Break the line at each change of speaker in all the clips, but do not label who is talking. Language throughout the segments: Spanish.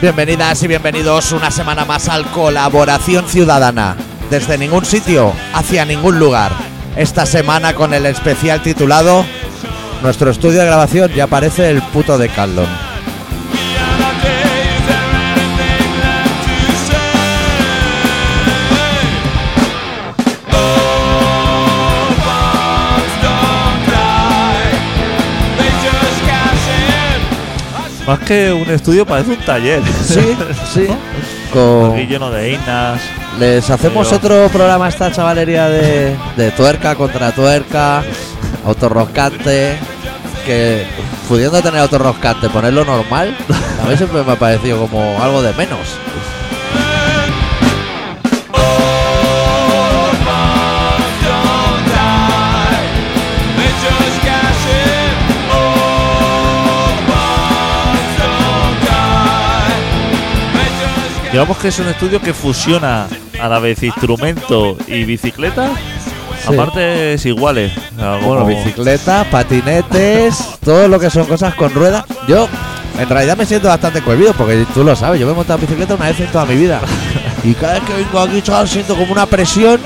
Bienvenidas y bienvenidos una semana más al Colaboración Ciudadana. Desde ningún sitio, hacia ningún lugar. Esta semana con el especial titulado Nuestro estudio de grabación ya parece el puto de Caldon.
Más que un estudio parece un taller.
Sí, sí.
Aquí
Con-
lleno de einas.
Les hacemos
Pero-
otro programa a esta chavalería de, de tuerca contra tuerca, autorroscante, que pudiendo tener autorroscante, ponerlo normal, a mí siempre me ha parecido como algo de menos.
Digamos que es un estudio que fusiona a la vez instrumento y bicicleta
Sí.
a partes iguales. ¿eh? O sea,
Bueno,
como-
bicicletas, patinetes, todo lo que son cosas con ruedas. Yo, en realidad, me siento bastante cohibido porque tú lo sabes. Yo me he montado en bicicleta una vez en toda mi vida. Y cada vez que vengo aquí, chaval, siento como una presión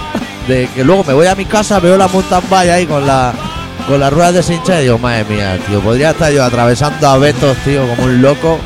de que luego me voy a mi casa, veo la mountain bike ahí con la. Con las ruedas deshinchadas y digo, madre mía, tío, podría estar yo atravesando a Betos, tío, como un loco.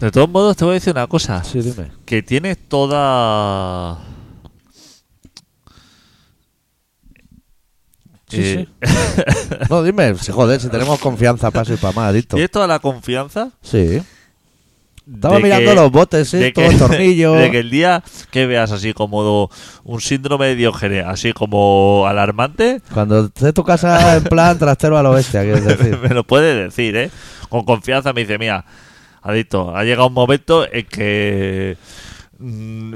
De todos modos, te voy a decir una cosa.
Sí, dime.
Que tiene toda.
Sí,
Eh,
No, dime, si- joder, si tenemos confianza, paso y para más, adicto.
Tienes toda la confianza.
Sí. Estaba
de
mirando
que-
los botes, sí,
de
todos los tornillos.
de que el día que veas así como do- un síndrome de Diógenes, así como alarmante,
Cuando esté tu casa en plan trastero a lo bestia, quieres decir.
me lo puede decir, ¿eh? Con confianza me dice, mira, adicto, ha llegado un momento en que mm,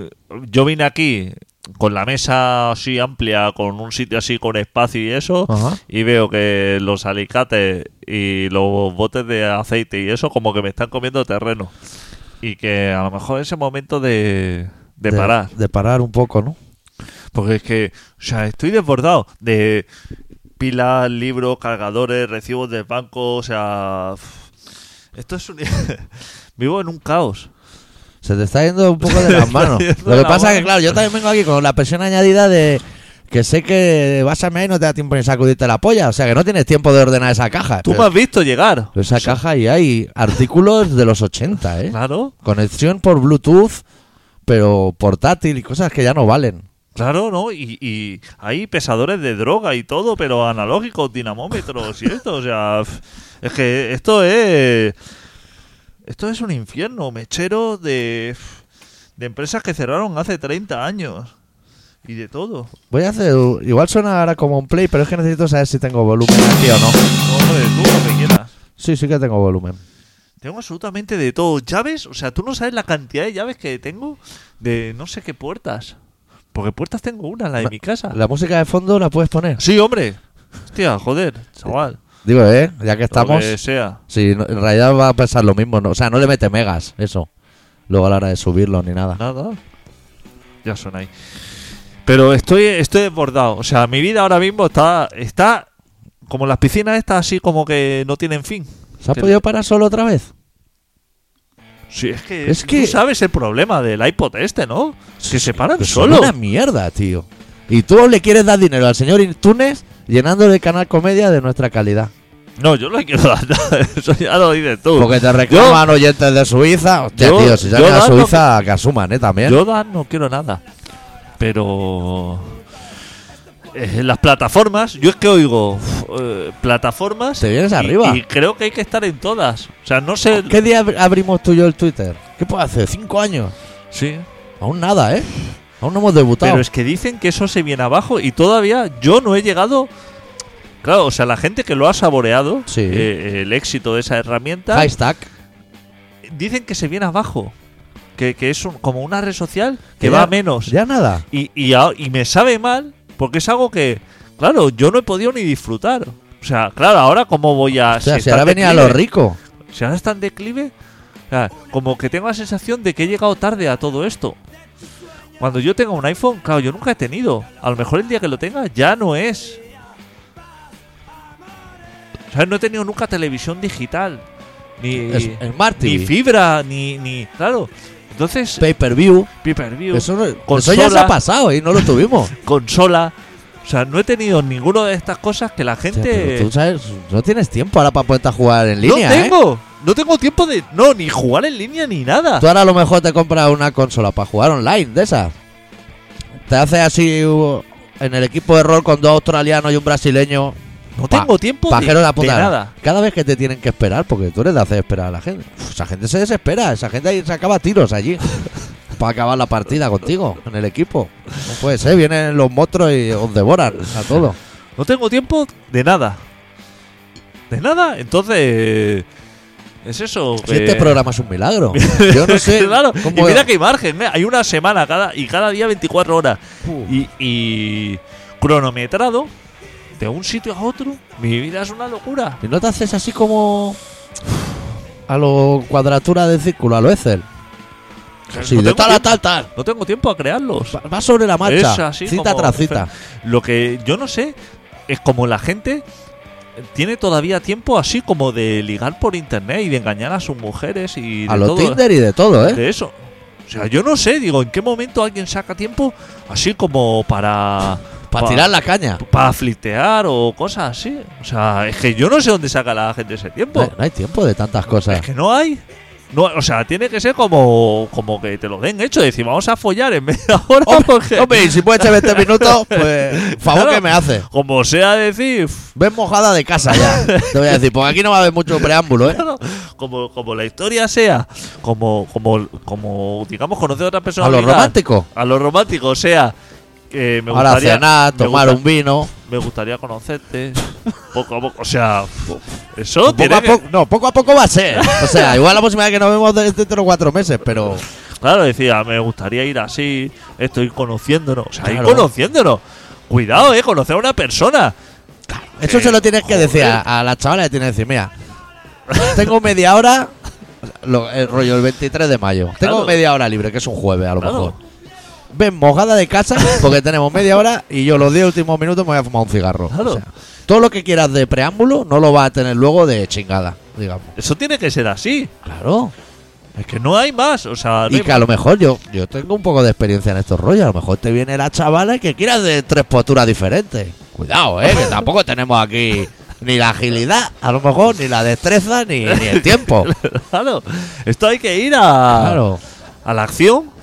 yo vine aquí con la mesa así amplia, con un sitio así con espacio y eso,
Ajá.
y veo que los alicates y los botes de aceite y eso como que me están comiendo terreno. Y que a lo mejor es el momento de, de parar.
De parar un poco, ¿no?
Porque es que, o sea, estoy desbordado de pilas, libros, cargadores, recibos del banco, o sea... f- Esto es un... Vivo en un caos.
Se te está yendo un poco de las manos.
yendo
Lo que
la
pasa
mano.
es que, claro, yo también vengo aquí con la presión añadida de que sé que vas a mear y no te da tiempo ni sacudirte la polla. O sea, que no tienes tiempo de ordenar esa caja.
Tú
Pero-
me has visto llegar.
pero esa caja y hay artículos de los 80, ¿eh?
Claro,
Conexión por Bluetooth, pero portátil y cosas que ya no valen.
claro, ¿no? Y, y hay pesadores de droga y todo, pero analógicos, dinamómetros y esto, o sea... f- Es que esto es... Esto es un infierno, mechero de... f- De empresas que cerraron hace 30 años. Y de todo.
Voy a hacer. Igual suena ahora como un play, pero es que necesito saber si tengo volumen aquí o no.
Hombre, tú lo que quieras.
Sí, sí que tengo volumen.
Tengo absolutamente de todo. Llaves, o sea, tú no sabes la cantidad de llaves que tengo de no sé qué puertas. Porque puertas tengo una, la de
Ma-
mi casa.
La música de fondo la puedes poner.
Sí, hombre. Hostia, joder, chaval.
Digo, ¿eh? Ya que
Lo
estamos.
que sea.
Sí, no- en realidad va a pensar lo mismo. ¿no? O sea, no le mete megas, eso. Luego a la hora de subirlo ni nada.
Nada. Ya son ahí. Pero estoy, estoy desbordado. O sea, mi vida ahora mismo está, está como las piscinas estas así como que no tienen fin.
¿Se ha
Que-
podido parar solo otra vez?
Sí, es que,
Es que-
tú sabes el problema del iPod este, ¿no? Que se paran
Que son
solo.
Una mierda, tío. Y tú le quieres dar dinero al señor Intunes llenándole el canal comedia de nuestra calidad.
No, yo no le quiero dar nada. Eso ya lo dices tú.
Porque te reclaman oyentes de Suiza. Hostia,
yo-
tío, si
yo
salen a
dando
Suiza, que asuman, ¿eh? También.
Yo dar no quiero nada. Pero. eh, las plataformas, yo es que oigo uf, eh, plataformas.
Te vienes
y-
arriba.
Y creo que hay que estar en todas. O sea, no sé.
¿Qué día abri- abrimos tú y yo el Twitter? ¿Qué puedo hacer? ¿Cinco años?
Sí.
Aún nada, ¿eh? Aún no hemos debutado.
Pero es que dicen que eso se viene abajo y todavía yo no he llegado Claro, o sea, la gente que lo ha saboreado,
Sí.
eh, el éxito de esa herramienta,
High Stack.
dicen que se viene abajo. Que, que es un- como una red social que
ya-
va a menos.
Ya nada.
Y, y, a- y me sabe mal porque es algo que, claro, yo no he podido ni disfrutar. O sea, claro, ahora cómo voy a...
O sea, si
está
ahora
en
venía a lo
declive-
rico.
Si ahora está en declive, o sea, como que tengo la sensación de que he llegado tarde a todo esto. Cuando yo tenga un iPhone, claro, yo nunca he tenido. A lo mejor el día que lo tenga ya no es. O sea, no he tenido nunca televisión digital. Ni,
Es- Smart
ni
TV.
fibra, ni, ni... Claro. Entonces,
Pay per view.
pay-per-view
Eso, no- eso
Consola.
ya se ha pasado y no lo tuvimos.
consola. O sea, no he tenido ninguna de estas cosas que la
O sea, pero
gente.
tú sabes, no tienes tiempo ahora para poder estar a jugar en
no
línea, ¿eh?
tengo. No tengo tiempo de. No, ni jugar en línea ni nada.
Tú ahora a lo mejor te compras una consola para jugar online de esas. Te haces así uh, en el equipo de rol con dos australianos y un brasileño.
No
Pa-
tengo tiempo de,
Pajero de la
de
puta.
nada.
Cada vez que te tienen que esperar, porque tú eres de hacer esperar a la gente. Uf, esa gente se desespera, esa gente ahí se acaba a tiros allí. para acabar la partida contigo, en el equipo. No puede ser, vienen los monstruos y os devoran a todos.
No tengo tiempo de nada. De nada. Entonces. Es eso.
Si
que-
este programa es un milagro. Yo no sé.
Claro,
cómo-
Y mira qué margen. ¿eh? Hay una semana cada y cada día 24 horas.
Uf.
Y, y cronometrado de un sitio a otro. Mi vida es una locura.
¿Y no te haces así como a lo cuadratura de círculo, a lo Excel? Sí,
no,
de
tengo
tal a
tiempo,
tal, tal.
no tengo tiempo a crearlos.
Va- Va sobre la marcha,
Es así
cita
como-
tras cita.
Lo que yo no sé es como la gente tiene todavía tiempo así como de ligar por internet y de engañar a sus mujeres y de
A lo
todo-
Tinder y de todo, ¿eh?
de eso. O sea, yo no sé, digo, ¿en qué momento alguien saca tiempo así como para
Para
pa-
tirar la caña.
para flirtear o cosas así? O sea, es que yo no sé dónde saca la gente ese tiempo.
No hay, no hay tiempo de tantas
Es
cosas.
que no hay. No, o sea, tiene que ser como, como que te lo den hecho. Decir, vamos a follar en media hora. porque-
Hombre, y si puedes echar 20 minutos, pues favor
Claro.
que me haces.
Como sea decir, f-
Ves mojada de casa ya. Te voy a decir, porque aquí no va a haber mucho preámbulo, ¿eh?
claro, como, como la historia sea, como, como, como digamos, conocer a otra persona.
A lo romántico.
A lo romántico, o sea, que me
Ahora
gustaría.
cenar,
me
tomar
gusta-
un vino.
Me gustaría conocerte. Poco a poco, o sea, eso
Poco
tiene
a
que-
poco, no, poco a poco va a ser. O sea, igual la próxima vez que nos vemos de- dentro de cuatro meses, pero
Claro, decía, me gustaría ir así, estoy conociéndonos. O sea, ir
Claro.
conociéndonos. Cuidado, eh, conocer a una persona.
Eso
Eh,
se lo tienes que decir
joder.
a, a la chavala, le tienes que decir, mira, tengo media hora, lo- el rollo el 23 de mayo, tengo
Claro.
media hora libre, que es un jueves a lo
Claro.
mejor. Ven mojada de casa, porque tenemos media hora y yo los 10 últimos minutos me voy a fumar un cigarro.
Claro.
O sea, todo lo que quieras de preámbulo no lo vas a tener luego de chingada, digamos.
Eso tiene que ser así.
Claro.
Es que no hay más. O sea,
Y
no hay
que a lo mejor yo, yo tengo un poco de experiencia en estos rollos. A lo mejor te viene la chavala y que quieras de tres posturas diferentes. Cuidado, eh, que tampoco tenemos aquí ni la agilidad, a lo mejor, ni la destreza, ni, ni el tiempo.
Claro, esto hay que ir a,
Claro.
a la acción.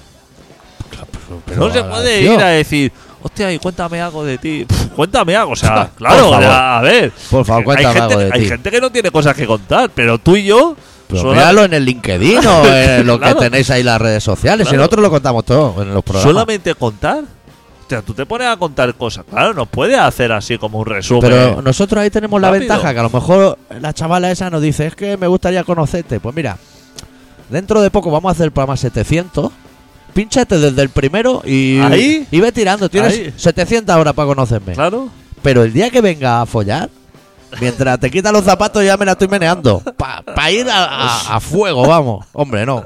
Pero
no se
la
puede
acción,
ir a decir, hostia, y cuéntame algo de ti. Pff, cuéntame algo, o sea,
Por
claro,
favor.
a, a ver.
Por favor,
hay,
cuéntame
gente,
algo de
hay
ti.
gente que no tiene cosas que contar, pero tú y yo.
Pero
sola-
míralo en el LinkedIn o en lo
Claro.
que tenéis ahí las redes sociales. Y
Claro.
nosotros lo contamos todo en los programas.
solamente contar. O sea, tú te pones a contar cosas. Claro, no puedes hacer así como un resumen.
Pero nosotros ahí tenemos la
Rápido.
ventaja, que a lo mejor la chavala esa nos dice, es que me gustaría conocerte. Pues mira, dentro de poco vamos a hacer el programa 700. Pínchate desde el primero y,
Ahí.
y ve tirando. Tienes
Ahí.
700 horas para conocerme.
claro.
Pero el día que venga a follar, mientras te quitas los zapatos ya me la estoy meneando. Para ir a, a- a fuego, vamos. Hombre, no.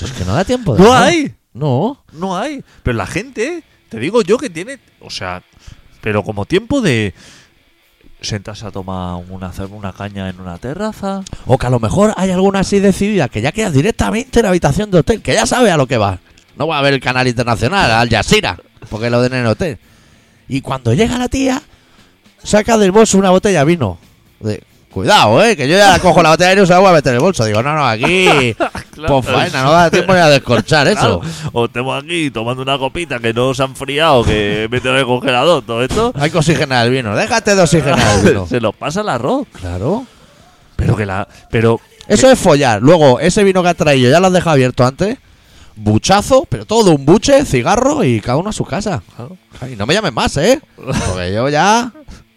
Es que no da tiempo. de
No
nada.
hay.
No.
No hay. Pero la gente, te digo yo que tiene, o sea, pero como tiempo de sentarse a tomar una, ce- una caña en una terraza.
O que a lo mejor hay alguna así decidida que ya quedas directamente en la habitación de hotel, que ya sabe a lo que va. No va a ver el canal internacional, Al Jazeera, porque lo den en el hotel. Y cuando llega la tía, saca del bolso una botella de vino. De, Cuidado, eh, que yo ya cojo la botella de vino y se la voy a meter en el bolso. Digo, no, no, aquí. Pues faena, no da tiempo ni a descorchar eso.
Claro. O estemos aquí tomando una copita que no se han friado, que meten en el congelador, todo esto.
Hay que oxigenar el vino, déjate de oxigenar el vino.
se los pasa el arroz.
Claro.
Pero que la. Pero.
Eso es follar. Luego, ese vino que has traído ya lo has dejado abierto antes. Buchazo, pero todo un buche, cigarro y cada uno a su casa.
Claro.
Y no me llames más, ¿eh? Porque yo ya.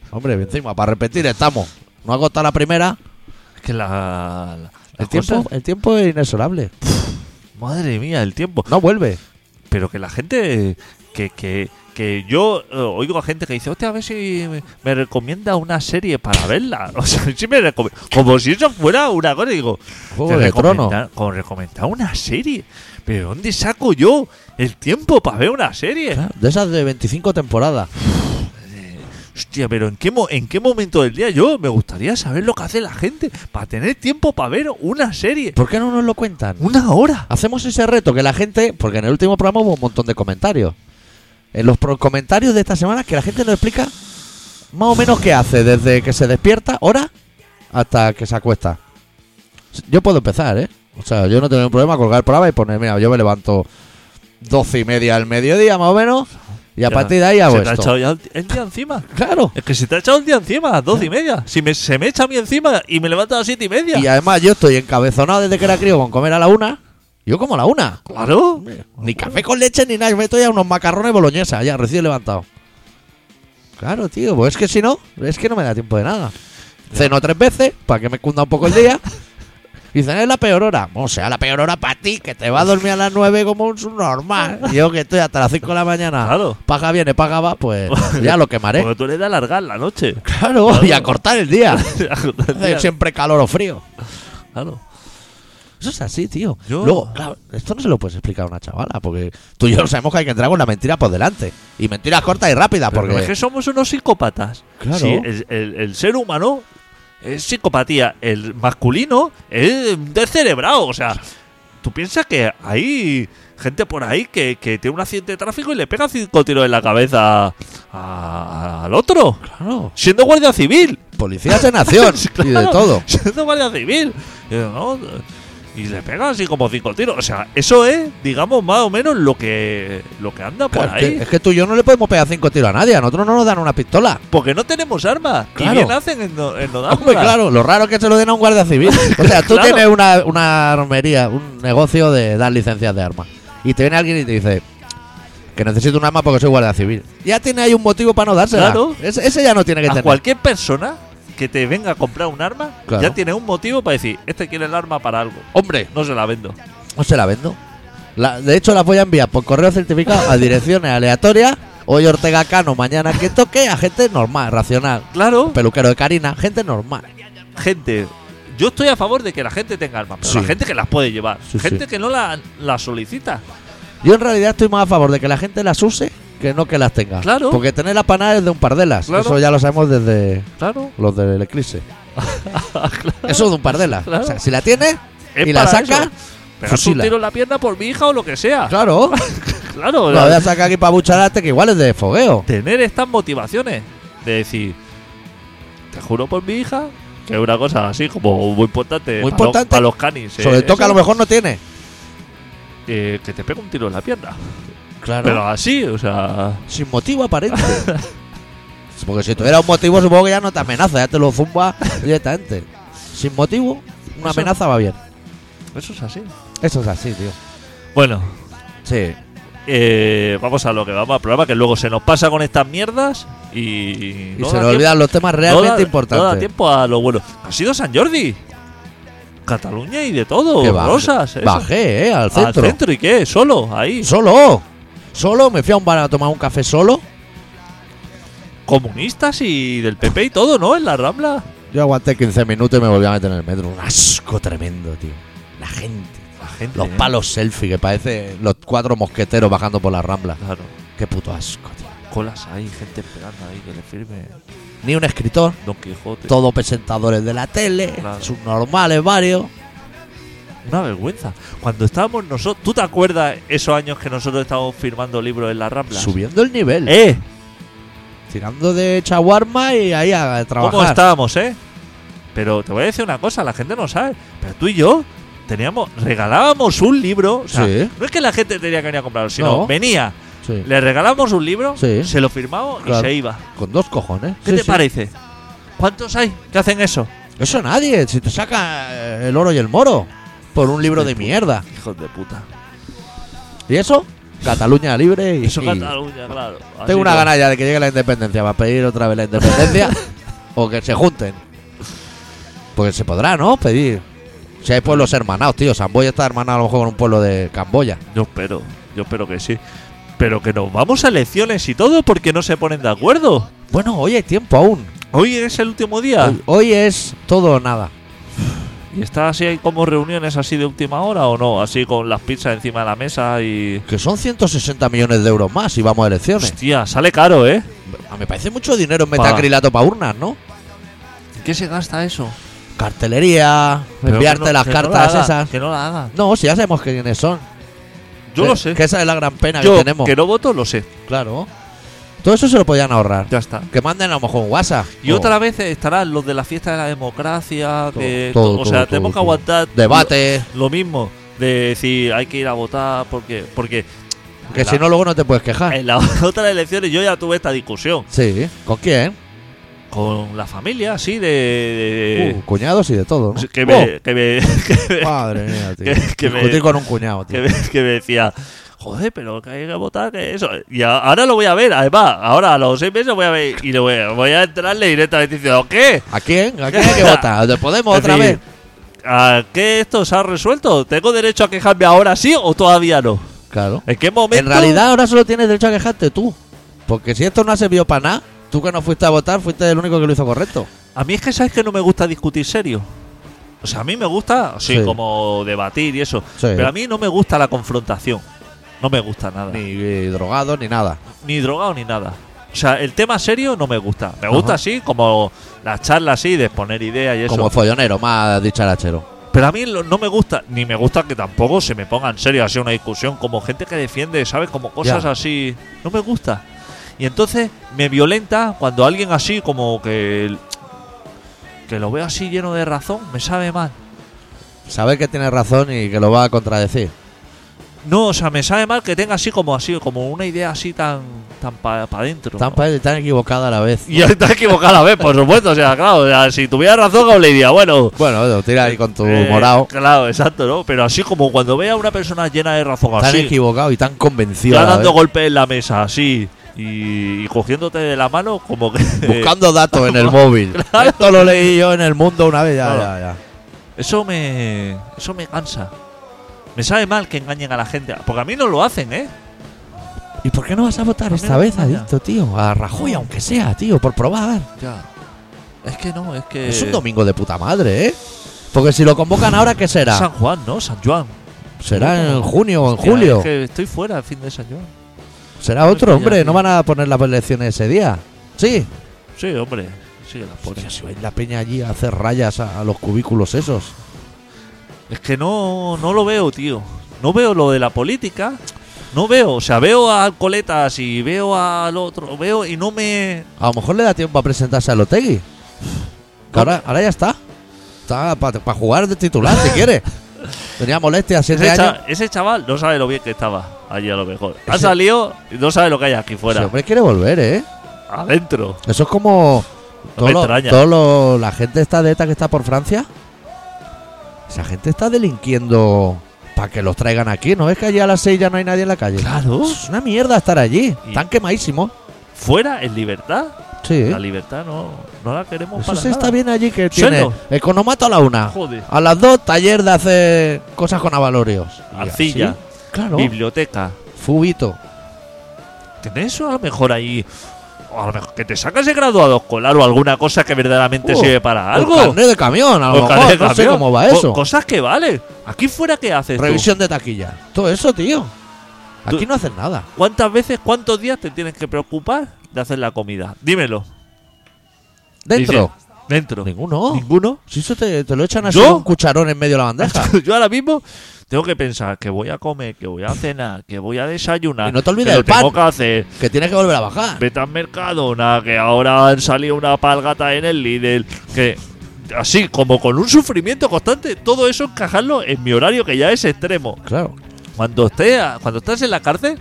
Hombre, encima, para repetir estamos. No ha costado la primera.
Es que la.
El
la- las
tiempo,
cosas-
el tiempo es inexorable.
madre mía, el tiempo.
No vuelve.
Pero que la gente. Que, que, que yo eh, oigo a gente que dice, hostia, a ver si me, me recomienda una serie para verla. O sea, si me recome- Como si eso fuera una cosa. Digo,
Juego
te
de trono.
recomenda- Como recomendar una serie. Pero ¿dónde saco yo el tiempo para ver una serie?
Claro, De esas de 25 temporadas.
Hostia, pero ¿en qué, mo- ¿en qué momento del día yo me gustaría saber lo que hace la gente para tener tiempo para ver una serie?
¿Por qué no nos lo cuentan?
Una hora.
Hacemos ese reto que la gente, porque en el último programa hubo un montón de comentarios. En los pro- comentarios de esta semana que la gente nos explica más o menos qué hace desde que se despierta, hora, hasta que se acuesta. Yo puedo empezar, ¿eh? O sea, yo no tengo ningún problema colgar el programa y poner, mira, yo me levanto doce y media al mediodía más o menos y a
Ya,
partir de ahí hago
se te ha
esto.
echado ya el di- el día encima.
Claro.
Es que se te ha echado el día encima a las doce y media. Si me, se me echa a mí encima y me levanto a las siete y media.
Y además yo estoy encabezonado desde que era crío con comer a la una. Yo como a la una.
Claro.
Ni café con leche ni nada. Me estoy a unos macarrones boloñesa, ya recién levantado. Claro, tío, pues es que si no, es que no me da tiempo de nada. Ceno tres veces para que me cunda un poco el día. Y dicen, es la peor hora. O sea, la peor hora para ti, que te vas a dormir a las nueve como un subnormal. Yo que estoy hasta las cinco de la mañana.
Claro.
Paga viene, paga va, pues ya lo quemaré.
Porque tú le das a alargar la noche.
Claro, y a cortar el día. Hace siempre calor o frío.
claro.
Eso es así, tío.
Yo-
Luego, claro, esto no se lo puedes explicar a una chavala, porque tú y yo sabemos que hay que entrar con la mentira por delante. Y mentiras cortas y rápidas,
Pero
porque.
Ah, es que somos unos psicópatas.
Eh, Claro.
Sí, el, el- el ser humano es psicopatía. El masculino es descerebrado. O sea, tú piensas que hay gente por ahí que, que tiene un accidente de tráfico y le pega cinco tiros en la cabeza a- al otro.
Claro.
Siendo guardia civil.
Policías en acción y de
Claro,
todo.
Siendo guardia civil. Y, ¿no? Y le pega así como cinco tiros. O sea, eso es, digamos, más o menos lo que, lo que anda por
Claro, es,
ahí.
que, es que tú y yo no le podemos pegar cinco tiros a nadie, a nosotros no nos dan una pistola.
Porque no tenemos armas.
Claro.
Y bien hacen en no, en no dárnoslas.
Hombre, claro, lo raro es que se lo den a un guardia civil. O sea, tú
Claro.
tienes una, una armería, un negocio de dar licencias de armas. Y te viene alguien y te dice que necesito un arma porque soy guardia civil. Ya tiene ahí un motivo para no dársela.
Claro.
Ese, ese ya no tiene que
a
tener.
cualquier persona que te venga a comprar un arma,
Claro.
ya tiene un motivo para decir, este quiere el arma para algo.
Hombre,
No se la vendo.
No se la vendo. La- de hecho, las voy a enviar por correo certificado a direcciones aleatorias. Hoy Ortega Cano, mañana que toque, a gente normal, racional.
Claro,
Peluquero de Karina, gente normal.
gente. Yo estoy a favor de que la gente tenga armas, pero
Sí.
la gente que las puede llevar.
Sí,
gente
sí.
que no la, la solicita.
Yo en realidad estoy más a favor de que la gente las use que no que las tenga.
Claro.
Porque tener las panadas es de un pardelas.
Claro.
Eso ya lo sabemos desde
Claro.
los del eclipse. Eso es de un pardelas.
Claro.
O sea, si la tienes
Es
y la
para
sacas,
eso. Pegas un
fusila.
tiro en la pierna por mi hija o lo que sea.
claro.
Pues Claro.
La voy a sacar aquí para buchararte, que igual es de fogueo.
tener estas motivaciones de decir, te juro por mi hija, que es una cosa así como muy importante,
Muy
para los-
importante.
para los canis. eh,
Sobre todo que a
eso,
lo mejor no tiene.
eh, que te pega un tiro en la pierna.
Claro.
Pero así, o sea.
Sin motivo aparente. Porque si tuviera un motivo, supongo que ya no te amenaza, ya te lo zumba directamente. Sin motivo, una
Eso-
amenaza va bien.
Eso es así.
Eso es así, tío.
Bueno,
Sí.
eh, vamos a lo que vamos al programa, que luego se nos pasa con estas mierdas y.
Y se
no da
nos
tiempo-
olvidan los temas
no da-
realmente
No da
importantes.
tiempo a lo bueno. Ha sido San Jordi. Cataluña y de todo.
Que bajé-
Rosas. eso.
Bajé, eh, al centro.
¿Al centro y qué? ¿Solo? Ahí.
Solo. Solo, me fui a un bar a tomar un café solo.
comunistas y del PP y todo, ¿no? En la Rambla.
Yo aguanté 15 minutos y me volví a meter en el metro. Un asco tremendo, tío. La gente.
La gente.
Los
¿eh?
palos selfie que parece los cuatro mosqueteros bajando por la rambla.
Claro.
Qué puto asco, tío.
Colas ahí, gente esperando ahí que le firme
Ni un escritor.
Don Quijote.
todos presentadores de la tele,
Claro.
subnormales varios.
Una vergüenza. Cuando estábamos nosotros. ¿Tú te acuerdas esos años que nosotros estábamos firmando libros en la Rambla?
Subiendo el nivel,
¡Eh!
tirando de chaguarma y ahí a trabajar.
¿Cómo estábamos, eh? Pero te voy a decir una cosa, la gente no sabe. Pero tú y yo teníamos, regalábamos un libro. O sea,
Sí.
No es que la gente tenía que venir a comprarlo, sino
No.
venía,
Sí,
le regalábamos un libro,
Sí.
se lo firmábamos
Claro.
y se iba.
Con dos cojones.
¿Qué
Sí,
te
sí.
parece? ¿Cuántos hay que hacen eso?
Eso nadie, si te saca eh, el oro y el moro por un libro de mierda.
Hijos de puta.
¿Y eso? Cataluña libre y.
Eso
y-
Cataluña, claro. Así
Tengo una
no.
gana ya de que llegue la independencia para pedir otra vez la independencia o que se junten. Porque se podrá, ¿no? Pedir. Si hay pueblos hermanados, tío. Samboya está hermanado a lo mejor con un pueblo de Camboya.
Yo espero, yo espero que sí. Pero que nos vamos a elecciones y todo porque no se ponen de acuerdo.
Bueno, hoy hay tiempo aún.
Hoy es el último día.
Hoy, hoy es todo o nada.
¿Y está así hay como reuniones así de última hora o no? Así con las pizzas encima de la mesa y.
Que son 160 millones de euros más si vamos a elecciones.
Hostia, sale caro, ¿eh?
Ah, Me parece mucho dinero en metacrilato para urnas, ¿no?
¿En qué se gasta eso?
Cartelería,
Pero
enviarte
que no-
las
que no la
cartas
haga,
esas.
Que no la haga.
No, si ya sabemos quiénes son.
Yo
Que-
lo sé.
Que esa es la gran pena
Yo
que tenemos.
que no voto lo sé.
Claro. Todo eso se lo podían ahorrar.
Ya está.
Que manden a lo mejor un WhatsApp.
Y
O
otra vez estarán los de la fiesta de la democracia.
Todo,
que
todo,
O
todo,
sea,
todo,
tenemos que
todo.
aguantar.
Debate.
Lo, lo mismo. De decir, hay que ir a votar porque. Porque
Que
la- Eh.
si no, luego no te puedes quejar.
en las otras elecciones yo ya tuve esta discusión.
Sí. ¿Con quién?
Con la familia, así de. de- pues,
Uh, Oh. cuñados y de todo. ¿no?
Eh. que me- que me- que me
Oh, madre mía, tío.
que- que me-
Discutir con un cuñado, tío.
que me, que me decía, joder, pero que hay que votar, que eso. Y a- ahora lo voy a ver, además, ahora a los seis meses voy a ver y le voy, a- voy a entrarle directamente diciendo, ¿qué?
¿A quién? ¿A quién hay que votar? ¿Al de Podemos
Es
otra
decir,
vez?
¿A qué esto se ha resuelto? ¿Tengo derecho a quejarme ahora sí o todavía no?
Claro.
¿En qué momento?
En realidad, ahora solo tienes derecho a quejarte tú. Porque si esto no ha servido para nada, tú que no fuiste a votar, fuiste el único que lo hizo correcto.
A mí es que sabes que no me gusta discutir serio. O sea, a mí me gusta, sí,
Sí.
como debatir y eso.
Sí.
Pero a mí no me gusta la confrontación. No me gusta nada.
Ni eh, drogado, ni nada.
ni drogado ni nada. O sea, el tema serio no me gusta. Me gusta
Ajá.
así, como las charlas así, de exponer ideas y eso.
Como follonero, más dicharachero.
Pero a mí lo- no me gusta, ni me gusta que tampoco se me ponga en serio así una discusión, como gente que defiende, ¿sabes? Como cosas
Ya.
así. No me gusta. Y entonces me violenta cuando alguien así, como que. que lo veo así lleno de razón, me sabe mal.
Saber que tienes razón y que lo va a contradecir.
No, o sea, me sabe mal que tenga así como así, como una idea así tan tan para adentro.
Tan, pa- tan equivocada a la vez.
Y está equivocada a la vez, por supuesto. O sea, claro, o sea, si tuviera razón, aún le diría, bueno.
Bueno, lo tira ahí con tu
eh,
morado.
Claro, exacto, ¿no? Pero así como cuando vea a una persona llena de razón
Tan ¿eh?
así,
equivocado y tan convencido. a
ya
la
dando
vez.
golpes en la mesa, así, y, y cogiéndote de la mano, como que.
Buscando datos en el móvil. Esto lo leí yo en el mundo una vez. Ya,
Claro.
ya, ya.
Eso me. Eso me cansa. Me sabe mal que engañen a la gente. Porque a mí no lo hacen, ¿eh?
¿Y por qué no vas a votar
También
esta vez,
vaya.
adicto, tío? A Rajoy, aunque sea, tío, por probar.
Ya. Es que no, es que.
Es un domingo de puta madre, ¿eh? Porque si lo convocan ahora, ¿qué será?
San Juan, ¿no? San Juan.
¿Será en junio o en
Hostia,
julio?
Es que estoy fuera el fin de San Juan.
Será
ya,
otro, hombre.
tío.
No van a poner las elecciones ese día. Sí.
Sí, hombre. Sí, la pones.
Si vais la peña allí a hacer rayas a, a los cubículos esos. eh.
Es que no, no lo veo, tío. No veo lo de la política. No veo, o sea, veo a Coletas y veo al otro, veo y no me.
A lo mejor le da tiempo a presentarse a Lotegui. Que ahora, ahora ya está. Está para jugar de titular si quiere. Tenía molestia siete
Ese, cha-
años.
ese chaval no sabe lo bien que estaba allí a lo mejor. Ha
Ese-
salido y no sabe lo que hay aquí
Ese
fuera.
hombre quiere volver, ¿eh?
Adentro.
Eso es como.
No me
Todo, lo-
extraña.
todo lo- la gente esta de ETA que está por Francia. Esa gente está delinquiendo para que los traigan aquí. ¿No ves que allí a las seis ya no hay nadie en la calle?
Claro.
Es una mierda estar allí.
Y-
Están quemadísimos.
Fuera en libertad.
Sí.
La libertad no, no la queremos
Eso
para
se
nada.
está bien allí que tiene.
Sueldo.
Economato a la una.
Joder.
A las dos, taller de hacer cosas con avalorios. Y
Arcilla.
así, Claro.
Biblioteca.
Fubito.
¿Tenés eso a lo mejor ahí? O a lo mejor que te sacas de graduado escolar o alguna cosa que verdaderamente
Uh,
sirve para algo.
O carnet de camión, a lo
Pues,
mejor.
carnet,
No sé
campeón.
cómo va
Co-
eso.
cosas que vale. Aquí fuera, ¿qué haces? tú?
Revisión de taquilla. Todo eso, tío. Aquí
Tú-
no hacen nada.
¿Cuántas veces, cuántos días te tienes que preocupar de hacer la comida? Dímelo.
Dentro. Oh.
Dice, dentro.
Ninguno.
¿Ninguno?
Si eso te, te lo echan así
¿Yo?
un cucharón en medio de la bandeja.
Yo ahora mismo tengo que pensar que voy a comer, que voy a cenar, que voy a desayunar.
Y no te olvides
que lo
del pan.
tengo que hacer.
que tienes que volver a bajar.
Vete al Mercadona, que ahora han salido una palgata en el Lidl. Que así, como con un sufrimiento constante, todo eso encajarlo en mi horario que ya es extremo.
Claro.
Cuando, esté, cuando estás en la cárcel,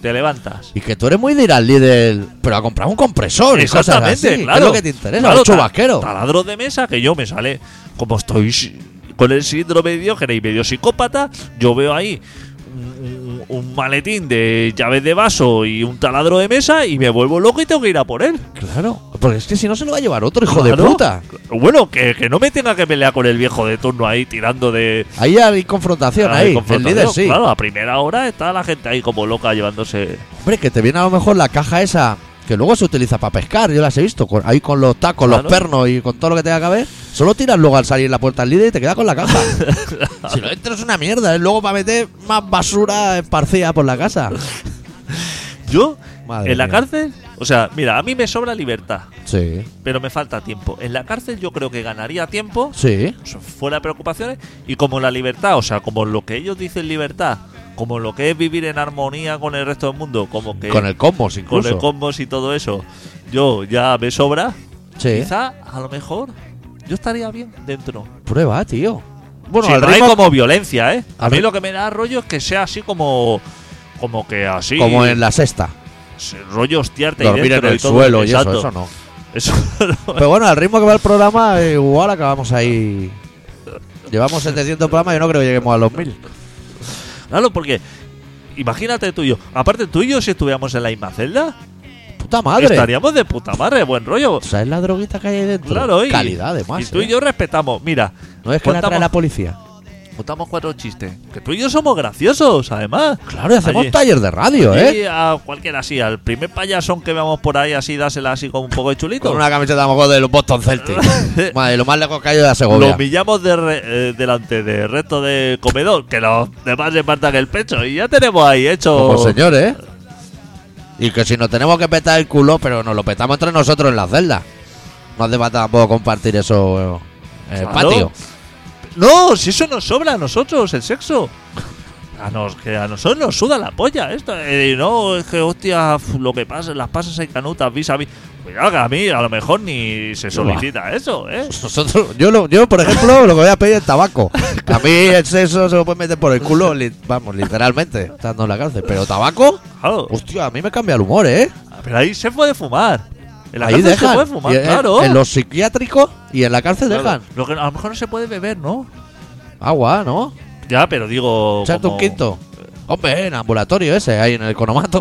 te levantas.
Y que tú eres muy de ir al líder, pero a comprar un compresor. y cosas
Exactamente,
así, que
claro.
es lo que te interesa,
Claro,
un
ta-
chubasquero.
Taladro de mesa que yo me sale. Como estoy si- con el síndrome de Diógenes y medio psicópata, yo veo ahí un- un- un, un maletín de llaves de vaso y un taladro de mesa y me vuelvo loco y tengo que ir a por él.
Claro. Porque es que si no se lo va a llevar otro hijo de
Claro.
puta.
Bueno, que, que no me tenga que pelear con el viejo de turno ahí tirando de.
Ahí hay confrontación,
Ah,
ahí. El
confrontación.
líder sí.
Claro, a primera hora está la gente ahí como loca llevándose.
Hombre, que te viene a lo mejor la caja esa que luego se utiliza para pescar. Yo las he visto con- ahí con los tacos,
Claro.
los pernos y con todo lo que tenga que haber. Solo tiras luego al salir la puerta al líder y te quedas con la caja. si lo entras es una mierda. ¿eh? Luego para meter más basura esparcida por la casa.
Yo,
Madre
en la
mía.
cárcel, o sea, mira, a mí me sobra libertad,
Sí,
pero me falta tiempo. En la cárcel yo creo que ganaría tiempo
sí.
eso, fuera de preocupaciones y como la libertad, o sea, como lo que ellos dicen libertad, como lo que es vivir en armonía con el resto del mundo, como que
Con el cosmos
con
incluso.
el combos y todo eso, yo ya me sobra.
sí.
Quizá, a lo mejor, yo estaría bien dentro.
Prueba, tío. Bueno,
Si
al
no hay
ritmo-
como violencia, ¿eh? A
al
mí
ri-
lo que me da rollo es que sea así como. Como que así.
como en la sexta.
se- Rollo hostiarte. ahí
Dormir en
dentro
el
y todo.
suelo y eso,
Exacto.
eso no.
Eso no.
Pero bueno, al ritmo que va el programa, eh, igual acabamos ahí. Llevamos 700 programas y no creo que lleguemos a los 1000.
Claro, porque. Imagínate tú y yo. Aparte tú y yo, si estuviéramos en la misma celda,
Puta madre.
estaríamos de puta madre, buen rollo.
O sea, es la droguita que hay ahí dentro.
Claro, y.
Calidad, además.
Y tú y
¿eh?
yo respetamos. Mira,
No es que la trae
contamos-
la policía.
contamos cuatro chistes. Que tú y yo somos graciosos, además.
Claro, y hacemos
Allí-
taller de radio, ¿eh?
Y a cualquiera así, al primer payasón que veamos por ahí, así dásela así con un poco de chulito.
Con una camiseta a lo mejor de los Boston Celtics. Madre, lo más lejos que hay de la
Lo
Segovia.
humillamos de re- eh, delante del resto de comedor, que los demás le partan el pecho. Y ya tenemos ahí hecho.
Como señores, ¿eh? Y que si nos tenemos que petar el culo, pero nos lo petamos entre nosotros en la celda. No hace falta tampoco compartir eso eh, en el
Claro.
patio.
No, si eso nos sobra a nosotros, el sexo. A nos, que a nosotros nos suda la polla esto. Eh, no, es que hostia, f- lo que pasa, las pasas hay canutas vis a vis. Cuidado, que a mí a lo mejor ni se solicita eso, ¿eh?
Nosotros, yo, lo- yo, por ejemplo, lo que voy a pedir es tabaco. A mí el sexo se lo puede meter por el culo, li- vamos, literalmente, estando en la cárcel. Pero tabaco,
Claro.
hostia, a mí me cambia el humor, ¿eh?
Pero ahí se puede fumar. En la
Ahí
cárcel se
dejan.
puede
Y
fumar,
en-
claro.
En los psiquiátricos y en la cárcel
Claro.
dejan.
Lo que a lo mejor no se puede beber, ¿no?
Agua, ¿no?
Ya, pero digo.
Echarte
como-
un quinto. Hombre, en ambulatorio ese, ahí en el economato.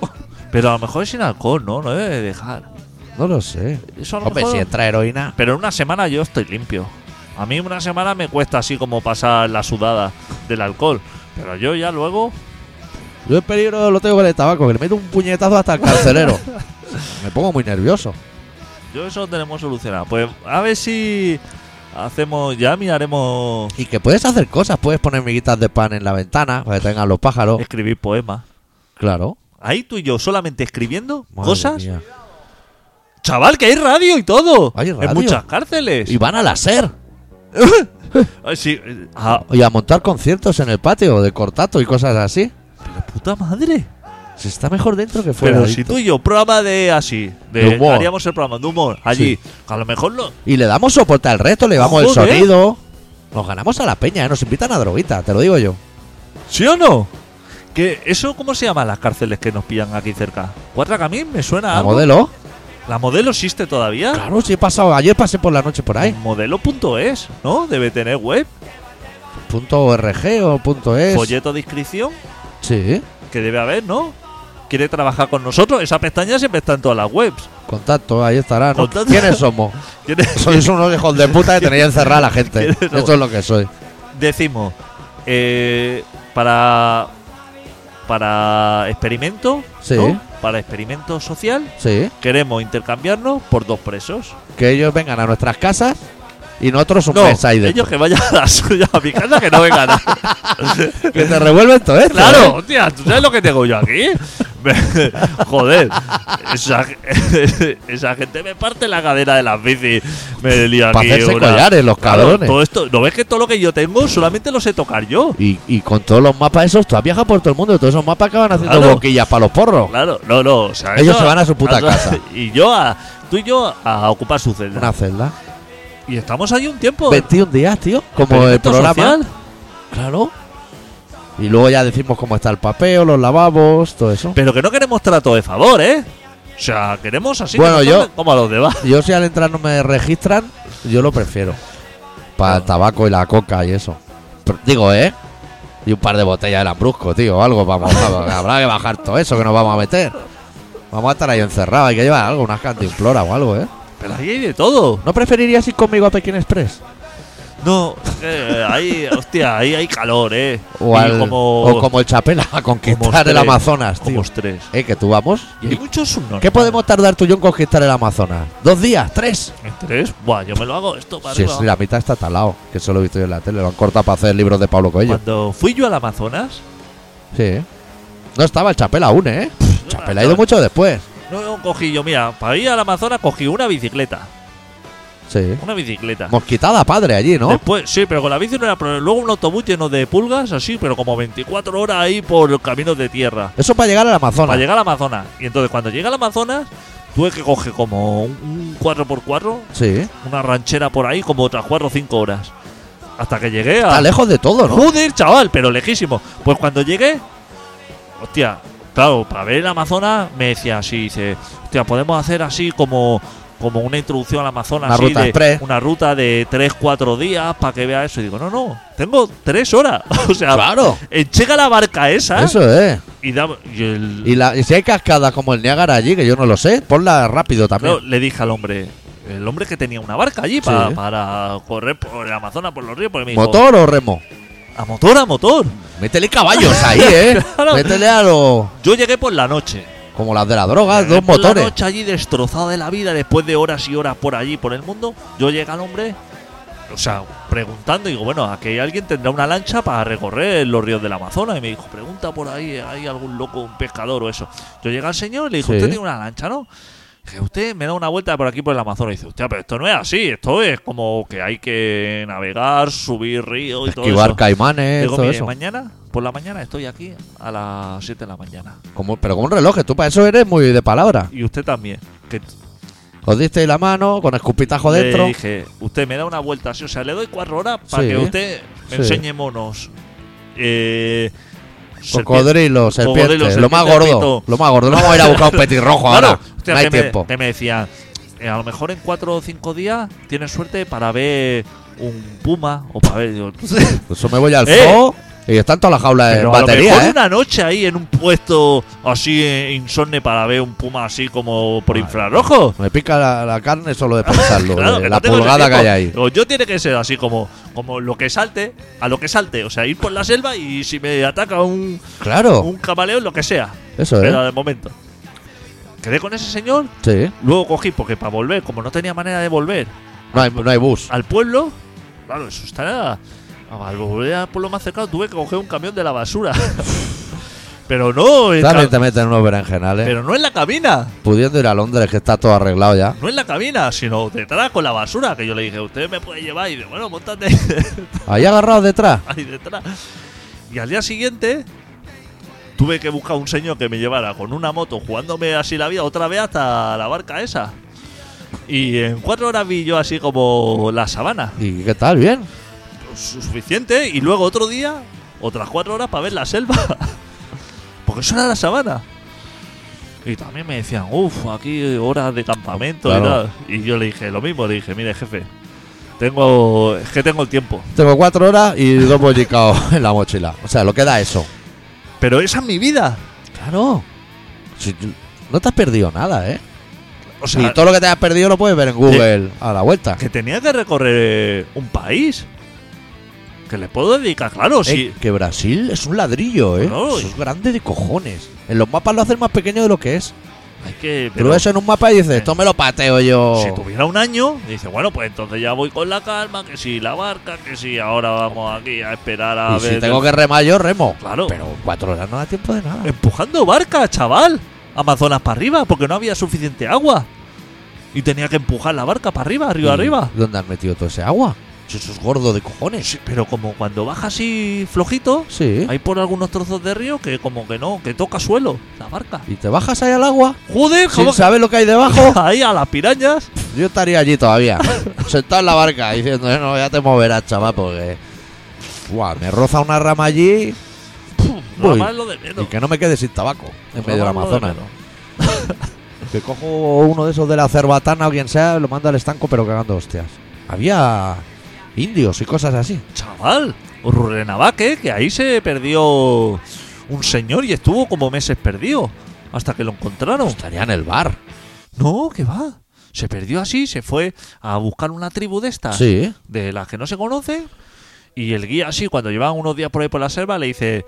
Pero a lo mejor es sin alcohol, ¿no? No debe de dejar.
No lo sé.
Eso a lo
Hombre,
mejor-
si entra heroína.
Pero en una semana yo estoy limpio. A mí una semana me cuesta así como pasar la sudada del alcohol. Pero yo ya luego...
Yo el peligro lo tengo con el tabaco, que le meto un puñetazo hasta el carcelero. me pongo muy nervioso.
Yo eso lo tenemos solucionado. Pues a ver si hacemos... Ya miraremos...
Y que puedes hacer cosas, puedes poner miguitas de pan en la ventana para que tengan los pájaros.
Escribir poemas.
Claro.
Ahí tú y yo solamente escribiendo
Madre
cosas.
mía.
Chaval, que hay radio y todo.
Hay radio.
En muchas cárceles.
Y van a la SER.
Ay, sí, eh, ah,
Y a montar conciertos en el patio de cortato y cosas así.
pero puta madre.
Se está mejor dentro que fuera.
Pero
adicto.
si tú y yo, programa de así, de,
De humor.
haríamos el programa de humor allí,
Sí.
a lo mejor lo,
Y le damos soporte al resto, le damos el
Joder.
sonido. Nos ganamos a la peña, ¿eh? nos invitan a droguita, te lo digo yo.
¿Sí o no? Que eso cómo se llaman las cárceles que nos pillan aquí cerca? Cuatro Camín me suena a
¿A
algo.
modelo?
¿La modelo existe todavía?
Claro, sí he pasado. Ayer pasé por la noche por ahí.
Modelo.es, ¿no? Debe tener web,
Punto .org o punto .es.
folleto de inscripción,
Sí,
que debe haber, ¿no? ¿Quiere trabajar con nosotros? Esa pestaña siempre está en todas las webs.
contacto, ahí estará. ¿no?
Contacto.
¿Quiénes somos?
¿Quiere-
Sois unos hijos de puta que tenéis encerrada a la gente.
¿Quiénes somos?
Eso es lo que soy.
Decimos, eh, para, para experimento,
Sí.
¿no? Para experimento social,
Sí.
queremos intercambiarnos por dos presos.
Que ellos vengan a nuestras casas y nosotros un
No,
mes ahí dentro.
ellos que vayan a la suya, a mi casa, que no vengan a...
Que te revuelven todo esto.
Claro,
¿eh?
hostia, ¿tú sabes lo que tengo yo aquí? Me- Joder, esa, esa gente me parte la cadena de las bicis. Me lía
Para
aquí
hacerse
una-
collares, los
Claro,
cabrones.
todo esto, ¿No ves que todo lo que yo tengo solamente lo sé tocar yo?
Y, y con todos los mapas esos, tú has viajado por todo el mundo, todos esos mapas acaban haciendo
Claro.
boquillas para los porros.
Claro, no, no. o sea,
Ellos
eso-
se van a su puta casa.
Y yo a, tú y yo a ocupar su celda.
Una celda.
Y estamos ahí un tiempo.
21 días, tío. Como el
Experimento
programa.
social.
Claro. Y luego ya decimos cómo está el papeo, los lavabos, todo eso.
Pero que no queremos trato de favor, ¿eh? O sea, queremos así
Bueno,
que nos
yo-
traten como a los demás.
Yo si al entrar no me registran, yo lo prefiero. Para el tabaco y la coca y eso. Pero digo, ¿eh? Y un par de botellas de lambrusco, tío, o algo. Vamos, vamos, habrá que bajar todo eso que nos vamos a meter. Vamos a estar ahí encerrados. Hay que llevar algo, unas cantimploras o algo, ¿eh?
Pero ahí hay de todo.
¿No preferirías ir conmigo a Pekín Express?
No, eh, ahí, hostia, ahí hay calor, ¿eh?
O,
Y
al-
como,
o como el Chapela a
como
conquistar el
tres,
Amazonas,
como
tío.
tres.
¿Eh? ¿Que tú vamos?
Y hay muchos subnormales.
¿Qué podemos tardar tú y yo en conquistar el Amazonas? ¿Dos días? ¿Tres?
¿En tres? Buah, yo me lo hago esto para
Si
arriba.
es- la mitad está talado, que eso lo he visto yo en la tele. Lo han cortado para hacer libros de Pablo Coelho.
Cuando fui yo al Amazonas,
Sí, ¿eh? No estaba el Chapela aún, ¿eh? Chapela ha ido mucho después.
no cogí yo, mira, para ir al Amazonas cogí una bicicleta.
Sí.
Una bicicleta.
Mosquitada padre allí, ¿no?
Después, sí, pero con la bici no era problema. Luego un autobús lleno de pulgas, así, pero como 24 horas ahí por caminos de tierra.
Eso para llegar al Amazonas.
Para llegar al Amazonas. Y entonces cuando llegué al Amazonas, tuve que coger como un un 4x4,
Sí.
una ranchera por ahí, como otras 4 o 5 horas. Hasta que llegué a...
Está lejos de todo, ¿no?
Joder, chaval, pero lejísimo. Pues cuando llegué, hostia, claro, para ver el Amazonas me decía así, dice, hostia, podemos hacer así como, como una introducción al Amazonas,
Una
así
ruta
de-
express.
una ruta de 3, 4 días para que vea eso. Y digo, no, no, tengo 3 horas. o
Ah.
sea,
Claro.
enchega la barca esa
Eso es.
y, dame- y el-
Y, la, y si hay cascadas como el Niágara allí, que yo no lo sé, ponla rápido también.
claro, le dije al hombre, el hombre que tenía una barca allí pa-
Sí.
para correr por el Amazonas, por los ríos, por me dijo,
¿Motor o remo?
a motor, a motor.
Métele caballos ahí, ¿eh?
Claro.
Métele a los...
Yo llegué por la noche.
Como las de la droga,
Llegué
Ah, dos
por
motores.
La noche allí destrozada de la vida, después de horas y horas por allí, por el mundo, yo llegué al hombre, o sea, preguntando, digo, bueno, aquí alguien tendrá una lancha para recorrer los ríos del Amazonas. Y me dijo, pregunta por ahí, ¿hay algún loco, un pescador o eso? Yo llegué al señor y le dije,
Sí.
usted tiene una lancha, ¿no? Dije, usted me da una vuelta por aquí por el Amazonas. Y dice, hostia, pero esto no es así, esto es como que hay que navegar, subir ríos y todo
Esquivar
eso.
caimanes,
Digo,
todo
mire,
eso.
mañana, por la mañana estoy aquí a las 7 de la mañana.
Como- pero como un reloj, que tú para eso eres muy de palabra.
Y usted también, que
Os disteis la mano con escupitajo
Le
dentro.
dije, usted me da una vuelta así, o sea, le doy cuatro horas para
Sí,
que usted me
sí.
enseñe monos. Eh, serpien-
Cocodrilo, serpiente,
Cocodrilo,
lo más
serpiente,
gordo,
pito.
lo más gordo. No vamos a ir a buscar un petirrojo
Claro,
ahora.
hostia,
no hay
que me-
tiempo.
que me decía, "Eh, a lo mejor en cuatro o cinco días tienes suerte para ver un puma o para ver.
Eh,
digo,
Eso me voy al
Eh.
zoo y están todas las jaulas en
pero a lo mejor
batería, ¿eh?
una noche ahí en un puesto así eh, insomne para ver un puma así como por
Madre
infrarrojo.
Me pica la, la carne solo de pensarlo,
Claro,
de Pues,
que
eh, la
no tengo ese
pulgada que
tiempo.
hay ahí.
Digo, yo tiene que ser así como, como lo que salte, a lo que salte. O sea, ir por la selva y si me ataca un,
Claro,
un camaleón, lo que sea.
eso
Uh,
¿eh?
Pero
es.
de momento. Quedé con ese señor,
Sí,
luego cogí, porque para volver, como no tenía manera de volver
no hay, no hay bus.
al pueblo, claro, eso está. Al volver al pueblo más cercano tuve que coger un camión de la basura. pero no, en
También
ca-
te meten unos berenjenales.
pero no en la cabina.
Pudiendo ir a Londres, que está todo arreglado ya.
No en la cabina, sino detrás con la basura. Que yo le dije, usted me puede llevar. Y de bueno, montate.
Ahí agarrados detrás.
ahí detrás. Y al día siguiente tuve que buscar un señor que me llevara con una moto jugándome así la vida otra vez hasta la barca esa. Y en cuatro horas vi yo así como la sabana.
¿Y qué tal? Bien.
Su- Suficiente. Y luego otro día, otras cuatro horas para ver la selva. Porque eso era la sabana. Y también me decían, uff, aquí horas de campamento
Claro.
y tal. Y yo le dije lo mismo, le dije, mire jefe, tengo, es que tengo el tiempo.
Tengo cuatro horas y dos bollicaos en la mochila. O sea, lo que da eso.
Pero esa es mi vida.
Claro. Si tú- no te has perdido nada, ¿eh?
O sea, eh,
y todo lo que te has perdido lo puedes ver en Google a la vuelta.
que tenía que recorrer eh, un país. Que le puedo dedicar, claro,
Eh,
sí.
Que Brasil es un ladrillo, ¿eh?
Claro.
Eso es grande de cojones. En los mapas lo hacen más pequeño de lo que es.
Hay que.
Tú
pero
lo ves en un mapa y dices, esto me lo pateo yo.
si tuviera un año, dice, bueno, pues entonces ya voy con la calma, que si la barca, que si ahora vamos aquí a esperar a
y
ver.
si tengo que remar yo, remo.
Claro.
Pero cuatro horas no da tiempo de nada.
Empujando barca, chaval. Amazonas para arriba, porque no había suficiente agua. Y tenía que empujar la barca para arriba, arriba,
¿Y
arriba.
¿Dónde han metido todo ese agua? Si Eso es gordo de cojones.
Sí, pero como cuando baja así flojito,
Sí.
hay por algunos trozos de río que como que no, que toca suelo la barca.
Y te bajas ahí al agua
Joder,
sin
¿cómo que-
saber lo que hay debajo.
Ahí a las pirañas.
Yo estaría allí todavía, sentado en la barca, diciendo, "Eh, no, ya te moverás, chaval, porque... Buah, me roza una rama allí Voy.
Nada más lo de
y
menos.
que no me quede sin tabaco en medio del
Nada más lo de
Amazonas.
menos.
Que cojo uno de esos de la cerbatana o quien sea, lo mando al estanco, pero cagando hostias. Había indios y cosas así.
Chaval, O Rurrenabaque, que ahí se perdió un señor y estuvo como meses perdido. Hasta que lo encontraron.
Estaría en el bar.
No, que va. Se perdió así, se fue a buscar una tribu de estas,
Sí.
de las que no se conocen. Y el guía así, cuando llevaban unos días por ahí por la selva, le dice,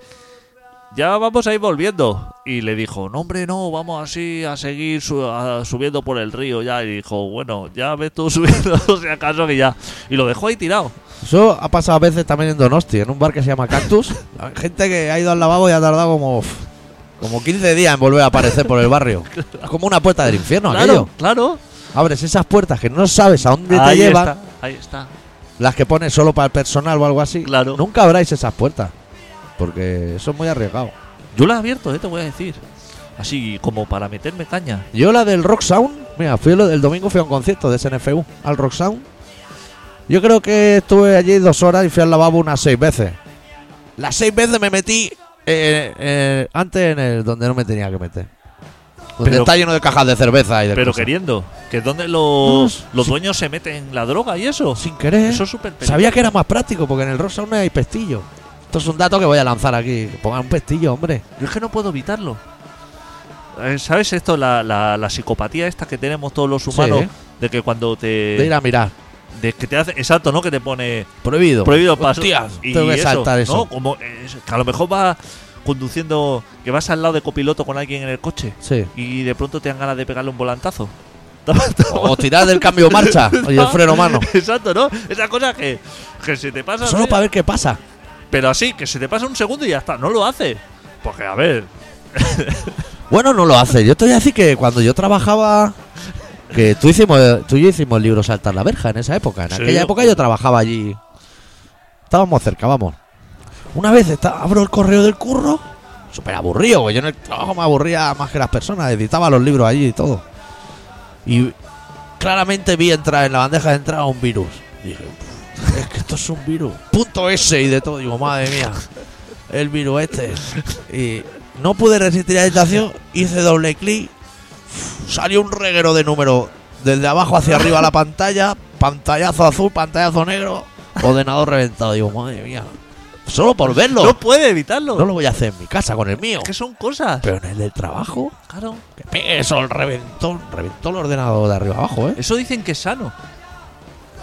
ya vamos a ir volviendo. Y le dijo, no hombre, no, vamos así a seguir su- a- subiendo por el río ya. Y dijo, bueno, ya ves tú subiendo, si acaso que ya. Y lo dejó ahí tirado.
Eso ha pasado a veces también en Donosti, en un bar que se llama Cactus. La gente que ha ido al lavabo y ha tardado como, uf, como 15 días en volver a aparecer por el barrio. Es como una puerta del infierno
claro,
aquello.
claro.
Abres esas puertas que no sabes a dónde
Ahí
te llevan,
está, ahí está.
las que pones solo para el personal o algo así.
Claro.
Nunca abráis esas puertas, porque eso es muy arriesgado.
Yo la he abierto, eh, te voy a decir. Así como para meterme caña.
Yo la del Rock Sound, mira, fui el, el domingo fui a un concierto de SNFU al Rock Sound. Yo creo que estuve allí dos horas y fui al lavabo unas seis veces. Las seis veces me metí eh, eh, antes en el donde no me tenía que meter. Donde
Pero-
está lleno de cajas de cerveza y de
Pero
cosas.
queriendo, que es donde los,
No,
los
sí.
dueños se meten la droga y eso.
sin querer.
Eso es súper peligroso.
Sabía que era más práctico porque en el Rock Sound no hay pestillo. Esto es un dato que voy a lanzar aquí. Pongan un pestillo, hombre.
Yo es que no puedo evitarlo. Eh, ¿Sabes esto? La, la- la psicopatía esta que tenemos todos los humanos.
Sí.
De que cuando te.
De ir a mirar.
de que te hace. Exacto, ¿no? Que te pone
Prohibido.
prohibido paso.
Hostias,
y
tengo que saltar eso.
¿no? Como, eh, que a lo mejor vas conduciendo. Que vas al lado de copiloto con alguien en el coche.
Sí.
Y de pronto te dan ganas de pegarle un volantazo.
O tirar del cambio de marcha y el freno mano.
Exacto, ¿no? Esa cosa que, que se te pasa.
Solo
¿sí?
para ver qué pasa.
Pero así, que se te pasa un segundo y ya está, no lo hace. Porque, a ver,
Bueno, no lo hace. Yo te voy a decir que cuando yo trabajaba. Que tú, hicimos, tú y yo hicimos el libro Saltar la Verja en esa época. En
Sí.
aquella época yo trabajaba allí. Estábamos cerca, vamos. Una vez está, abro el correo del curro. Súper aburrido, porque yo en el trabajo me aburría más que las personas. Editaba los libros allí y todo. Y claramente vi entrar en la bandeja de entrada un virus. Dije, "Pff, es que esto es un virus. Punto S y de todo. Digo, madre mía, el virus este. Y no pude resistir la tentación, hice doble clic, salió un reguero de números desde abajo hacia arriba la pantalla, pantallazo azul, pantallazo negro, ordenador reventado. Digo, madre mía, solo por verlo.
no, puede evitarlo.
No lo voy a hacer en mi casa con el mío,
Es que son cosas.
pero en el del trabajo.
Claro.
Que pegue eso, el reventón. Reventó el ordenador de arriba abajo, ¿eh?
Eso dicen que es sano.